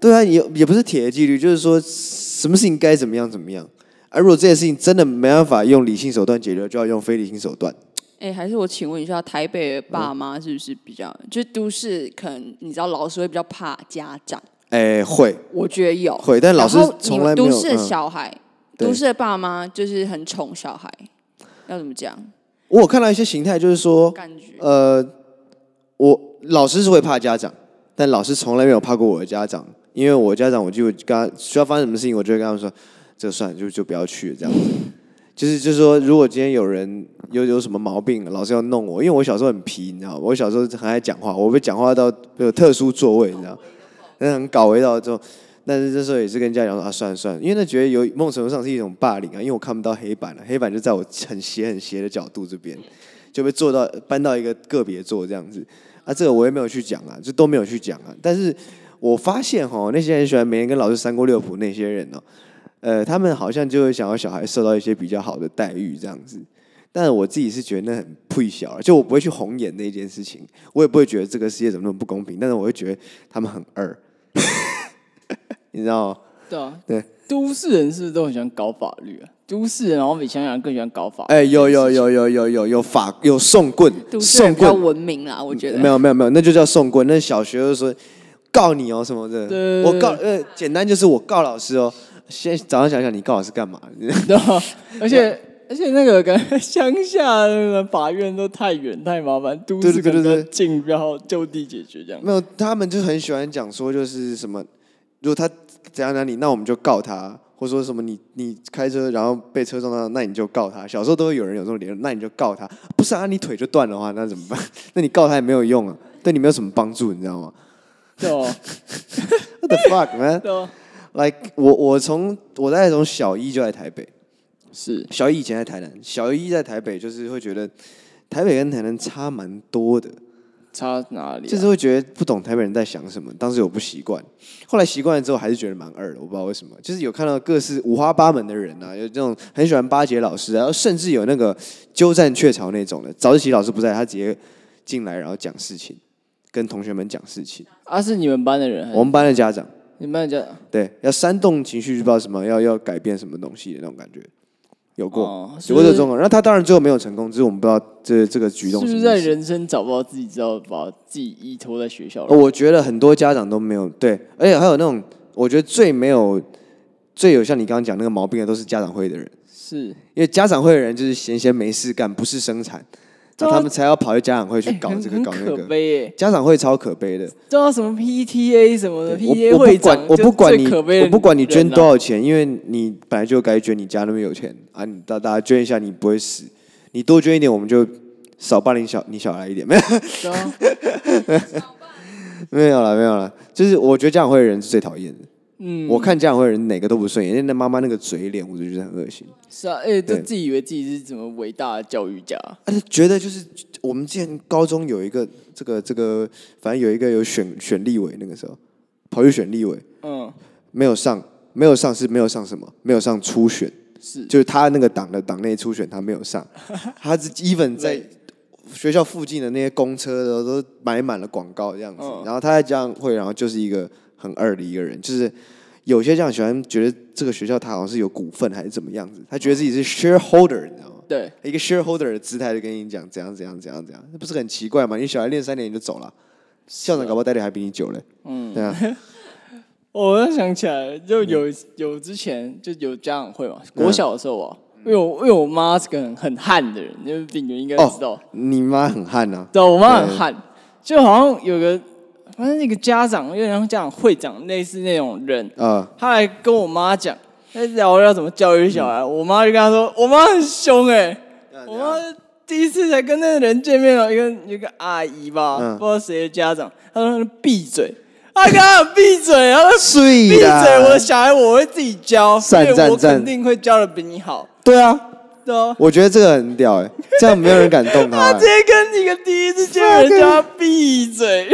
Speaker 1: 对啊，也也不是铁的纪律，就是说什么事情该怎么样怎么样。而如果这件事情真的没办法用理性手段解决，就要用非理性手段。
Speaker 2: 哎、还是我请问一下，台北的爸妈是不是比较，就是都市可能你知道老师会比较怕家长，
Speaker 1: 哎，会，
Speaker 2: 我觉得有
Speaker 1: 会但老师
Speaker 2: 然后
Speaker 1: 从
Speaker 2: 你
Speaker 1: 来
Speaker 2: 们
Speaker 1: 没有
Speaker 2: 都市的
Speaker 1: 嗯
Speaker 2: 小孩，
Speaker 1: 对
Speaker 2: 都市的爸妈就是很宠小孩，要怎么讲？
Speaker 1: 我有看到一些形态，就是说，
Speaker 2: 感觉
Speaker 1: 呃，我老师是会怕家长，但老师从来没有怕过我的家长，因为我家长我就跟他需要发生什么事情，我就会跟他们说，这个算了，就就不要去了这样子。就是就是说，如果今天有人有有什么毛病，老师要弄我，因为我小时候很皮，你知道吗？我小时候很爱讲话，我被讲话到有特殊座位，你知道吗，那很搞味道之后。但是这时候也是跟家长说啊，算了算了，因为那觉得有某种程度上是一种霸凌啊，因为我看不到黑板啊了、黑板就在我很斜很斜的角度这边，就被坐到搬到一个个别座这样子啊，这个我也没有去讲啊，就都没有去讲啊。但是我发现哈，那些很喜欢每天跟老师三姑六婆那些人哦，呃，他们好像就会想要小孩受到一些比较好的待遇这样子。但我自己是觉得那很不小啊，就我不会去红眼那件事情，我也不会觉得这个世界怎么那么不公平，但是我会觉得他们很二， 你知道吗？
Speaker 3: 对啊，
Speaker 1: 对，
Speaker 3: 都市人是不是都很喜欢搞法律啊？都市人好像比乡下人更喜欢搞法律。
Speaker 1: 哎、有有有有有有有法有送棍
Speaker 2: 都，市
Speaker 1: 送
Speaker 2: 人比较
Speaker 1: 棍
Speaker 2: 文明啦，我觉 得哎
Speaker 1: 没有没有没有，那就叫送棍。那小学就说告你哦什么的，
Speaker 3: 对
Speaker 1: 我告呃简单就是我告老师哦。现在早上想想你告老师干嘛？
Speaker 3: 对啊， 而且而且那个感觉乡下的法院都太远太麻烦，都
Speaker 1: 对
Speaker 3: 市
Speaker 1: 对
Speaker 3: 可
Speaker 1: 对
Speaker 3: 能
Speaker 1: 对
Speaker 3: 要近，然后就地解决这样。
Speaker 1: 没有，他们就很喜欢讲说就是什么，如果他怎样哪里，那我们就告他，或者说什么你你开车然后被车撞到，那你就告他。小时候都会有人有这种理论，那你就告他。不是啊，你腿就断的 话，那怎么办？那你告他也没有用啊，对你没有什么帮助，你知道吗
Speaker 3: 对 啊，
Speaker 1: ？What the fuck man？
Speaker 3: 对啊，
Speaker 1: like 我我从我大概从小一就来台北，
Speaker 3: 是
Speaker 1: 小一以前在台南，小一在台北就是会觉得台北跟台南差蛮多的，
Speaker 3: 差哪里啊？
Speaker 1: 就是会觉得不懂台北人在想什么。当时我不习惯，后来习惯了之后还是觉得蛮二的，我不知道为什么。就是有看到各式五花八门的人啊，有这种很喜欢巴结老师啊，然后甚至有那个鸠占鹊巢那种的。早自习老师不在，他直接进来然后讲事情，跟同学们讲事情。
Speaker 3: 啊，是你们班的人，还
Speaker 1: 我
Speaker 3: 是
Speaker 1: 们班的家长。
Speaker 3: 你们班的家
Speaker 1: 对，要煽动情绪，不知道什么，要要改变什么东西的那种感觉，有过，
Speaker 3: 哦
Speaker 1: 有过这种
Speaker 3: 是
Speaker 1: 状况。那他当然最后没有成功，只是我们不知道这这个举
Speaker 3: 是
Speaker 1: 动
Speaker 3: 不
Speaker 1: 什么
Speaker 3: 是
Speaker 1: 意
Speaker 3: 在
Speaker 1: 思
Speaker 3: 人生找不到自己，知道把自己依托在学校
Speaker 1: 呃？我觉得很多家长都没有对，而且还有那种，我觉得最没有、最有像你刚刚讲那个毛病的，都是家长会的人，
Speaker 3: 是，
Speaker 1: 因为家长会的人就是闲闲没事干，不是生产，
Speaker 3: 对
Speaker 1: 那
Speaker 3: 啊
Speaker 1: 他们才要跑去家长会去
Speaker 3: 哎
Speaker 1: 搞
Speaker 3: 很
Speaker 1: 这个、
Speaker 3: 很
Speaker 1: 搞那
Speaker 3: 可
Speaker 1: 个。
Speaker 3: 悲耶！
Speaker 1: 家长会超可悲的，
Speaker 3: 知道什么 PTA 什么的
Speaker 1: 对我我
Speaker 3: ，PTA
Speaker 1: 不
Speaker 3: 会
Speaker 1: 管
Speaker 3: 长，
Speaker 1: 我不管
Speaker 3: 就
Speaker 1: 你，
Speaker 3: 最可悲的
Speaker 1: 我不管你捐
Speaker 3: 人啊
Speaker 1: 多少钱，因为你本来就该捐，你家那么有钱啊，你大大家捐一下，你不会死，你多捐一点，我们就少霸凌小你小孩一点，没有
Speaker 3: 对啊
Speaker 1: 没有了，没有了，就是我觉得家长会的人是最讨厌的，嗯，我看家长会的人哪个都不顺眼，因为那妈妈那个嘴脸，我就觉得很恶心，
Speaker 3: 是啊，哎，就
Speaker 1: 对
Speaker 3: 自己以为自己是怎么伟大的教育家，
Speaker 1: 而且觉得就是我们之前高中有一个这个这个，反正有一个有选选立委那个时候跑去选立委，
Speaker 3: 嗯，
Speaker 1: 没有上，没有上是没有上什么，没有上初选，
Speaker 3: 是
Speaker 1: 就是他那个党的党内初选他没有 上，他是 even 在学校附近的那些公车的都买满了广告这样子，
Speaker 3: 嗯
Speaker 1: 然后他在家长会，然后就是一个很二的一个人，就是有些家长喜欢觉得这个学校他好像是有股份还是怎么样子，他觉得自己是 shareholder，你知道吗？
Speaker 3: 对，
Speaker 1: 一个 shareholder 的姿态就跟你讲怎样怎样怎样怎样，那不是很奇怪吗？你小孩练三年你就走了，校
Speaker 2: 啊
Speaker 1: 长搞不好待的还比你久嘞。嗯，对啊，
Speaker 3: 哦我又想起来了，就有有之前就有家长会嘛，国小的时候啊，因为我因为我妈是个很很悍的人，就是你们应该知道，
Speaker 1: 你妈很悍呐、
Speaker 3: 对，我妈很悍，就好像有个反正那个家长，有点像家长会长类似那种人，
Speaker 1: 啊，啊、
Speaker 3: 他来跟我妈讲，在聊要怎么教育小孩，我妈就跟他说，我妈很凶哎、
Speaker 1: 啊
Speaker 3: 我妈第一次才跟那个人见面哦，一个一个阿姨吧，
Speaker 1: 嗯
Speaker 3: 不知道谁的家长，她说闭嘴，她跟她讲闭嘴，她说
Speaker 1: 睡
Speaker 3: 闭嘴，
Speaker 1: 啦
Speaker 3: 我的小孩我会自己教，
Speaker 1: 赞
Speaker 3: 因为
Speaker 1: 赞
Speaker 3: 我
Speaker 1: 赞
Speaker 3: 肯定会教的比你好，
Speaker 1: 对啊，
Speaker 3: 对哦。
Speaker 1: 我觉得这个很屌哎、这样没有人敢动他、
Speaker 3: 他直
Speaker 1: 欸。
Speaker 3: 接跟一个第一次见面的人叫他闭 嘴，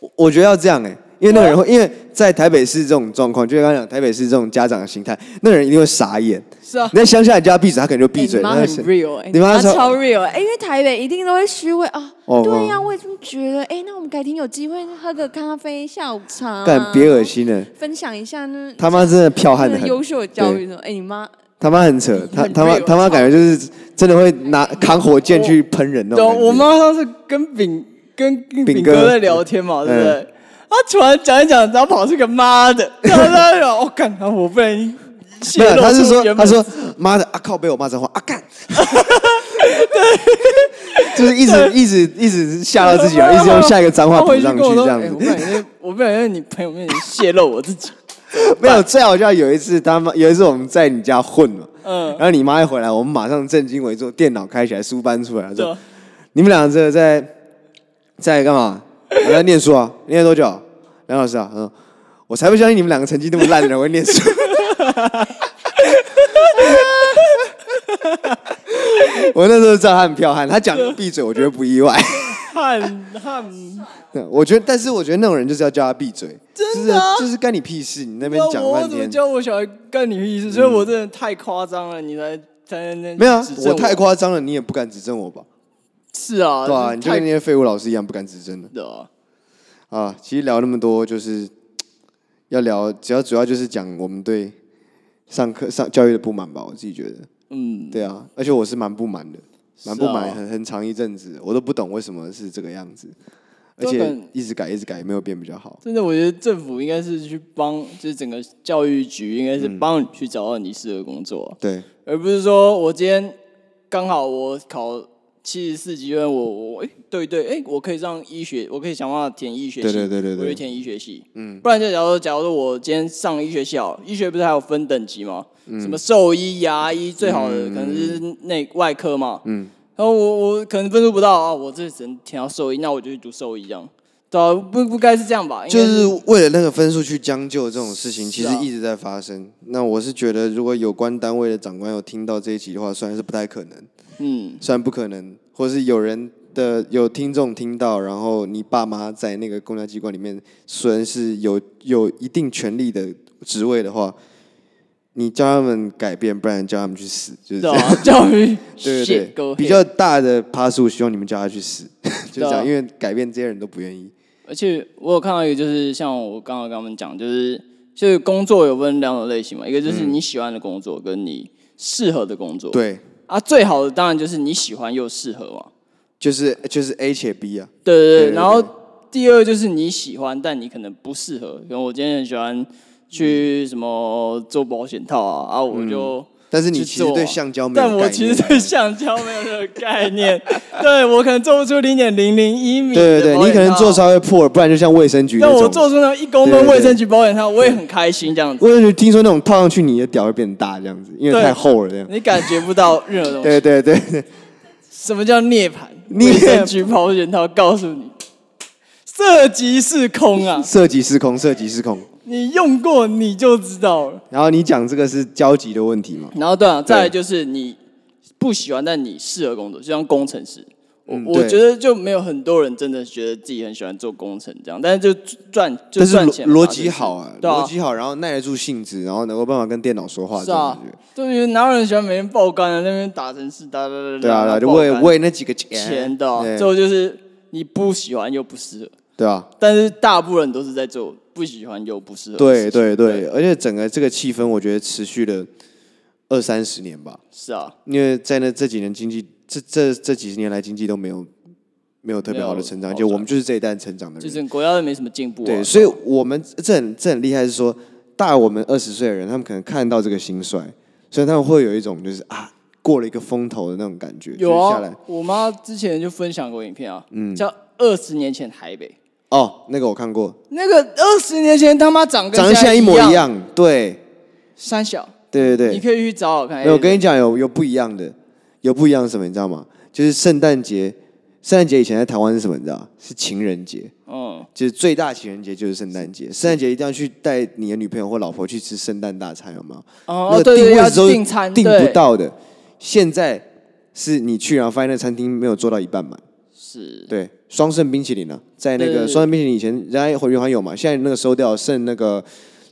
Speaker 1: 我我觉得要这样哎、因为那个人会，因为在台北市这种状况，就像刚刚讲台北市这种家长的心态，那个人一定会傻眼。
Speaker 3: 是啊
Speaker 1: 你，在乡下，你叫他闭嘴，他可能就闭
Speaker 2: 哎
Speaker 1: 嘴。
Speaker 2: 你妈
Speaker 1: 那
Speaker 2: 很
Speaker 1: 是
Speaker 3: real，哎
Speaker 1: 你妈
Speaker 2: 啊，
Speaker 1: 说
Speaker 2: 超 real！哎、因为台北一定都会虚伪啊。
Speaker 1: 哦
Speaker 2: 对呀、
Speaker 1: 哦
Speaker 2: 我也这么觉得。哎、那我们改天有机会喝个咖啡、下午茶、啊，
Speaker 1: 干别恶心了，
Speaker 2: 分享一下呢。
Speaker 1: 他妈真的剽悍的
Speaker 2: 这
Speaker 1: 很。
Speaker 2: 个优秀的教
Speaker 1: 对
Speaker 2: 育呢？哎、你妈
Speaker 1: 他妈很扯，他
Speaker 3: 很
Speaker 1: 他妈
Speaker 3: real
Speaker 1: 他妈感觉就是真的会拿扛火箭去喷人那
Speaker 3: 对，
Speaker 1: 种感觉。
Speaker 3: 我妈上次跟饼跟跟
Speaker 1: 饼
Speaker 3: 饼
Speaker 1: 哥
Speaker 3: 哥在聊天嘛，对不对
Speaker 1: 嗯？
Speaker 3: 他突然讲一讲，然后跑出个妈的，然后他就 讲，我干，我不能泄
Speaker 1: 没有，
Speaker 3: 露
Speaker 1: 他是
Speaker 3: 出
Speaker 1: 说
Speaker 3: 原
Speaker 1: 他
Speaker 3: 本
Speaker 1: 说妈的啊靠，被我骂脏话啊干， 就是一直一直一直吓到自己，啊 然后一直用下一个脏话
Speaker 3: 他
Speaker 1: 补
Speaker 3: 回去
Speaker 1: 上
Speaker 3: 跟
Speaker 1: 去
Speaker 3: 我说
Speaker 1: 这样
Speaker 3: 哎
Speaker 1: 子
Speaker 3: 我。不想在 我不想在你朋友面前泄露我自 己。
Speaker 1: 没有，最好笑有一次他妈有一次我们在你家混嘛，
Speaker 3: 嗯
Speaker 1: 然后你妈一回来，我们马上正襟危坐，电脑开起来，书搬出来，
Speaker 3: 对
Speaker 1: 说你们俩这在在干嘛？我在念书啊，念多久？梁老师啊，嗯，我才不相信你们两个成绩那么烂的人会念书。 我那时候知道他很彪悍，他讲闭嘴，我觉得不意外。
Speaker 3: 汉汉，
Speaker 1: 我觉得，但是我觉得那种人就是要叫他闭嘴，
Speaker 3: 真的啊
Speaker 1: 就是就是干你屁事，你那边
Speaker 3: 那
Speaker 1: 讲
Speaker 3: 啊我
Speaker 1: 半
Speaker 3: 怎么
Speaker 1: 天。嗯
Speaker 3: 教我小孩干你意思？所以我真的太夸张了，你才才能
Speaker 1: 没有、啊
Speaker 3: 指，正
Speaker 1: 我太夸张了，你也不敢指正我吧？
Speaker 3: 是啊，
Speaker 1: 对啊，
Speaker 3: 是
Speaker 1: 你就
Speaker 3: 太
Speaker 1: 跟那些废物老师一样，不敢指正的
Speaker 3: 的啊，
Speaker 1: 啊。其实聊那么多，就是嘖要聊，主要主要就是讲我们对上课上教育的不满吧。我自己觉得，
Speaker 3: 嗯，
Speaker 1: 对啊，而且我是蛮不满的，蛮不满
Speaker 3: 是啊
Speaker 1: 很很长一阵子，我都不懂为什么是这个样子，而
Speaker 3: 都
Speaker 1: 且
Speaker 3: 很
Speaker 1: 一直改一直改，没有变比较好。
Speaker 3: 真的，我觉得政府应该是去帮，就是整个教育局应该
Speaker 1: 嗯
Speaker 3: 是帮你去找到你适合的工作啊、
Speaker 1: 对，
Speaker 3: 而不是说我今天刚好我考七十四级分，我我哎、对对哎、我可以上医学，我可以想办法填医学系，
Speaker 1: 对对对对对
Speaker 3: 我就填医学系，嗯，不然就假如说假如说我今天上医学系好了，医学不是还有分等级吗？
Speaker 1: 嗯
Speaker 3: 什么兽医、牙医最好的可能是内外科嘛，嗯，然后我我可能分数不到啊，我这只能填到兽医，那我就去读兽医这样，对啊、不不该是这样啊吧？应该
Speaker 1: 就是为了那个分数去将就这种事情，其
Speaker 3: 是
Speaker 1: 实
Speaker 3: 啊
Speaker 1: 一直在发生。那我是觉得，如果有关单位的长官有听到这一集的话，虽然是不太可能。
Speaker 3: 嗯，
Speaker 1: 虽然不可能，或是有人的有听众听到，然后你爸妈在那个公家机关里面，虽然是有有一定权利的职位的话，你叫他们改变，不然叫他们去死，就是这
Speaker 3: 对
Speaker 1: 样。
Speaker 3: 啊，教育
Speaker 1: 对
Speaker 3: shit
Speaker 1: 对对，
Speaker 3: go ahead
Speaker 1: 比较大的趴数，希望你们叫他去死， 就这
Speaker 3: 对啊
Speaker 1: 样，因为改变这些人都不愿意。
Speaker 3: 而且我有看到一个，就是像我刚刚跟他们讲，就是就是工作有分两种类型嘛，一个就是你喜欢的工作，跟你适合的工作。
Speaker 1: 嗯对，
Speaker 3: 啊，最好的当然就是你喜欢又适合嘛。
Speaker 1: 就是就是 A 且 B 啊，
Speaker 3: 对对
Speaker 1: 对
Speaker 3: 对。
Speaker 1: 对
Speaker 3: 然后第二就是你喜欢，但你可能不适合。比如我今天很喜欢去什么做保险套啊，啊我就。
Speaker 1: 但嗯是你
Speaker 3: 去
Speaker 1: 其实
Speaker 3: 做
Speaker 1: 对
Speaker 3: 啊
Speaker 1: 橡胶没有
Speaker 3: 但我
Speaker 1: 概
Speaker 3: 其实
Speaker 1: 念
Speaker 3: 对橡胶没有这个概 念，对我可能做不出零点零零一米。
Speaker 1: 对对对，你可能做
Speaker 3: 出，
Speaker 1: 稍微破了，不然就像卫生局那
Speaker 3: 但
Speaker 1: 种。
Speaker 3: 我做出那种一公
Speaker 1: 对
Speaker 3: 分
Speaker 1: 对对
Speaker 3: 卫生局保险套，我也很开心这样子。
Speaker 1: 我就听说那种套上去，你的屌会变大这样子，因为
Speaker 3: 对
Speaker 1: 太厚了这样。
Speaker 3: 你感觉不到任何东西。
Speaker 1: 对对对对。
Speaker 3: 什么叫涅槃？
Speaker 1: 涅槃
Speaker 3: 卫生局保险套告诉 你，色即是空啊！
Speaker 1: 涉及失控，涉及失控。
Speaker 3: 你用过你就知道了。
Speaker 1: 然后你讲这个是交集的问题嘛？
Speaker 3: 然后对啊，再来就是你不喜欢但你适合工作，就像工程师，我
Speaker 1: 嗯
Speaker 3: 我
Speaker 1: 对
Speaker 3: 觉得就没有很多人真的觉得自己很喜欢做工程这样，但是就赚就
Speaker 1: 但是
Speaker 3: 赚钱嘛
Speaker 1: 逻逻
Speaker 3: 就
Speaker 1: 辑
Speaker 3: 是
Speaker 1: 好啊，
Speaker 3: 对啊
Speaker 1: 逻辑好，然后耐得住性子，然后能够办法跟电脑说话，
Speaker 3: 是
Speaker 1: 这种
Speaker 3: 啊
Speaker 1: 感觉。，
Speaker 3: 对，哪有人喜欢每天爆肝啊？那边打城市，哒哒哒哒，
Speaker 1: 对啊，
Speaker 3: 然
Speaker 1: 对
Speaker 3: 后
Speaker 1: 啊为
Speaker 3: 爆肝
Speaker 1: 为那几个钱，
Speaker 3: 钱的哦，
Speaker 1: 对
Speaker 3: 最后就是你不喜欢又不适合，
Speaker 1: 对啊，
Speaker 3: 但是大部分人都是在做不喜欢又不适合的事
Speaker 1: 对对
Speaker 3: 情。
Speaker 1: 对，而且整个这个气氛，我觉得持续了二三十年吧，
Speaker 3: 是啊，
Speaker 1: 因为在那这几年经济，这这这几十年来经济都没有没有特别好的成长，
Speaker 3: 没有
Speaker 1: 就我们就是这一代成长的
Speaker 3: 就
Speaker 1: 人，
Speaker 3: 是国家都没什么进步、啊。
Speaker 1: 对，所以我们这很这很厉害，是说大我们二十岁的人，他们可能看到这个兴衰，所以他们会有一种就是啊过了一个风头的那种感觉，
Speaker 3: 有
Speaker 1: 就是下
Speaker 3: 啊
Speaker 1: 来，
Speaker 3: 我妈之前就分享过影片啊，
Speaker 1: 嗯
Speaker 3: 叫《二十年前台北》，
Speaker 1: 哦，那个我看过，
Speaker 3: 那个二十年前他妈长跟
Speaker 1: 长得现在一模一
Speaker 3: 一，
Speaker 1: 样，对
Speaker 3: 三小，
Speaker 1: 对对对，
Speaker 3: 你可以去找找看。嗯
Speaker 1: 没有，我跟你讲，有有不一样的，有不一样的什么，你知道吗？就是圣诞节，圣诞节以前在台湾是什么？你知道？是情人节，
Speaker 3: 嗯，
Speaker 1: 就是最大情人节就是圣诞节。圣诞节一定要去带你的女朋友或老婆去吃圣诞大餐，有没有？
Speaker 3: 哦
Speaker 1: 那，个
Speaker 3: 对对，
Speaker 1: 定
Speaker 3: 要
Speaker 1: 位
Speaker 3: 去
Speaker 1: 都
Speaker 3: 订餐，
Speaker 1: 订
Speaker 3: 对
Speaker 1: 不，到的。现在是你去，然后发现那餐厅没有做到一半满。
Speaker 3: 是
Speaker 1: 对，双盛冰淇淋啊，在那
Speaker 3: 对对
Speaker 1: 个
Speaker 3: 对
Speaker 1: 双盛冰淇淋以前人家回原还有嘛，现在那个收掉，剩那个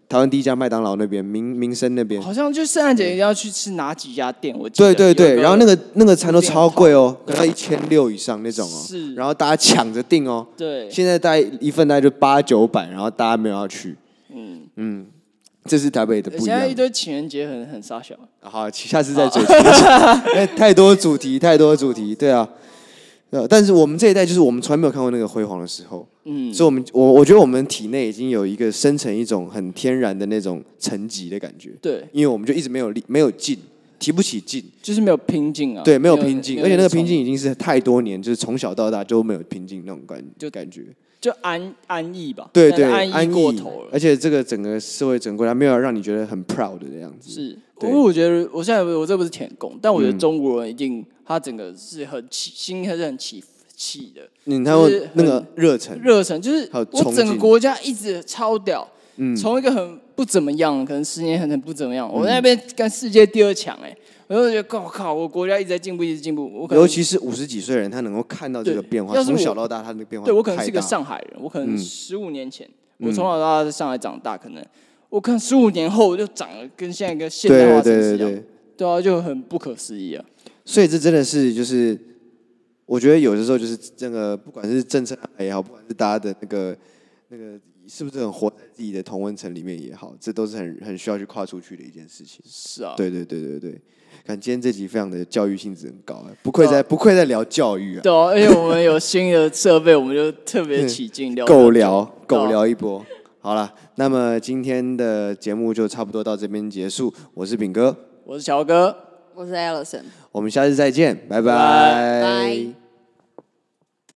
Speaker 1: 台湾第一家麦当劳那边，民民生那边。
Speaker 3: 好像就圣诞节一定要去吃哪几家店，我记
Speaker 1: 对对
Speaker 3: 得
Speaker 1: 对，然后那
Speaker 3: 个
Speaker 1: 个那个餐都超贵哦，可能要一千六以上那种哦。
Speaker 3: 是
Speaker 1: 然后大家抢着订哦。
Speaker 3: 对
Speaker 1: 现在大概一份大概就八九百，然后大家没有要去。嗯嗯，这是台北的不一
Speaker 3: 现在一
Speaker 1: 样。
Speaker 3: 堆情人节很很傻小，
Speaker 1: 好，下次再追。 因为太多主题，太多主题，对啊。呃，但是我们这一代就是我们从来没有看过那个辉煌的时候，嗯，所以我们我我觉得我们体内已经有一个生成一种很天然的那种沉寂的感觉，
Speaker 3: 对，
Speaker 1: 因为我们就一直没有力，没有劲，提不起劲，
Speaker 3: 就是没有拼劲啊，
Speaker 1: 对，没有拼劲，而且那个拼
Speaker 3: 劲。
Speaker 1: 劲已经是太多年，就是从小到大都没有拼劲那种感
Speaker 3: 嗯
Speaker 1: 就感觉，
Speaker 3: 就安安逸吧，
Speaker 1: 对
Speaker 3: 但是
Speaker 1: 对，
Speaker 3: 安
Speaker 1: 安
Speaker 3: 逸过头了。
Speaker 1: 而且这个整个社会整个国家没有让你觉得很 proud 的样子，
Speaker 3: 是，因
Speaker 1: 对嗯
Speaker 3: 为我觉得我现在我这不是舔共，但我觉得中国人一定他整个是很起心还是很起起的
Speaker 1: 你看过
Speaker 3: 就是很
Speaker 1: 那个热忱，
Speaker 3: 热忱，就是
Speaker 1: 还有
Speaker 3: 我
Speaker 1: 冲
Speaker 3: 整个
Speaker 1: 劲嗯
Speaker 3: 国家一直超屌，从一个很不怎么样，可能十年很很不怎么样，我在那边跟世界第二强哎、我就觉得我靠，我国家一直在进步，一直进步，我可能
Speaker 1: 尤其是五十几岁的人，他能够看到这个
Speaker 3: 对
Speaker 1: 变化，
Speaker 3: 要是
Speaker 1: 从
Speaker 3: 我
Speaker 1: 小到大他那个变化，
Speaker 3: 对我可能是个，上海人，我可能
Speaker 1: 嗯
Speaker 3: 十五年前，我从小到大在上海长大，可能我可能十五年后我就长得跟现在一个现
Speaker 1: 对
Speaker 3: 代化
Speaker 1: 对
Speaker 3: 城
Speaker 1: 对
Speaker 3: 市一
Speaker 1: 对
Speaker 3: 样
Speaker 1: 对，，
Speaker 3: 对啊，就很不可思议啊。
Speaker 1: 所以这真的是就是，我觉得有的时候就是这个，不管是政策安排也好，不管是大家的那个那个是不是很活在自己的同温层里面也好，这都是很很需要去跨出去的一件事情。
Speaker 3: 是啊，
Speaker 1: 对对对对对，看今天这集非常的教育性质很高、啊，不愧在不愧在聊教育啊，
Speaker 3: 对啊，而且我们有新的设备，我们就特别起劲聊。
Speaker 1: 嗯够聊
Speaker 3: 对啊
Speaker 1: 够聊一波。好了，那么今天的节目就差不多到这边结束。我是炳哥，
Speaker 3: 我是乔哥。
Speaker 2: 我是 Alison，
Speaker 1: 我们下次再见，拜
Speaker 3: 拜
Speaker 1: 拜。
Speaker 2: 拜。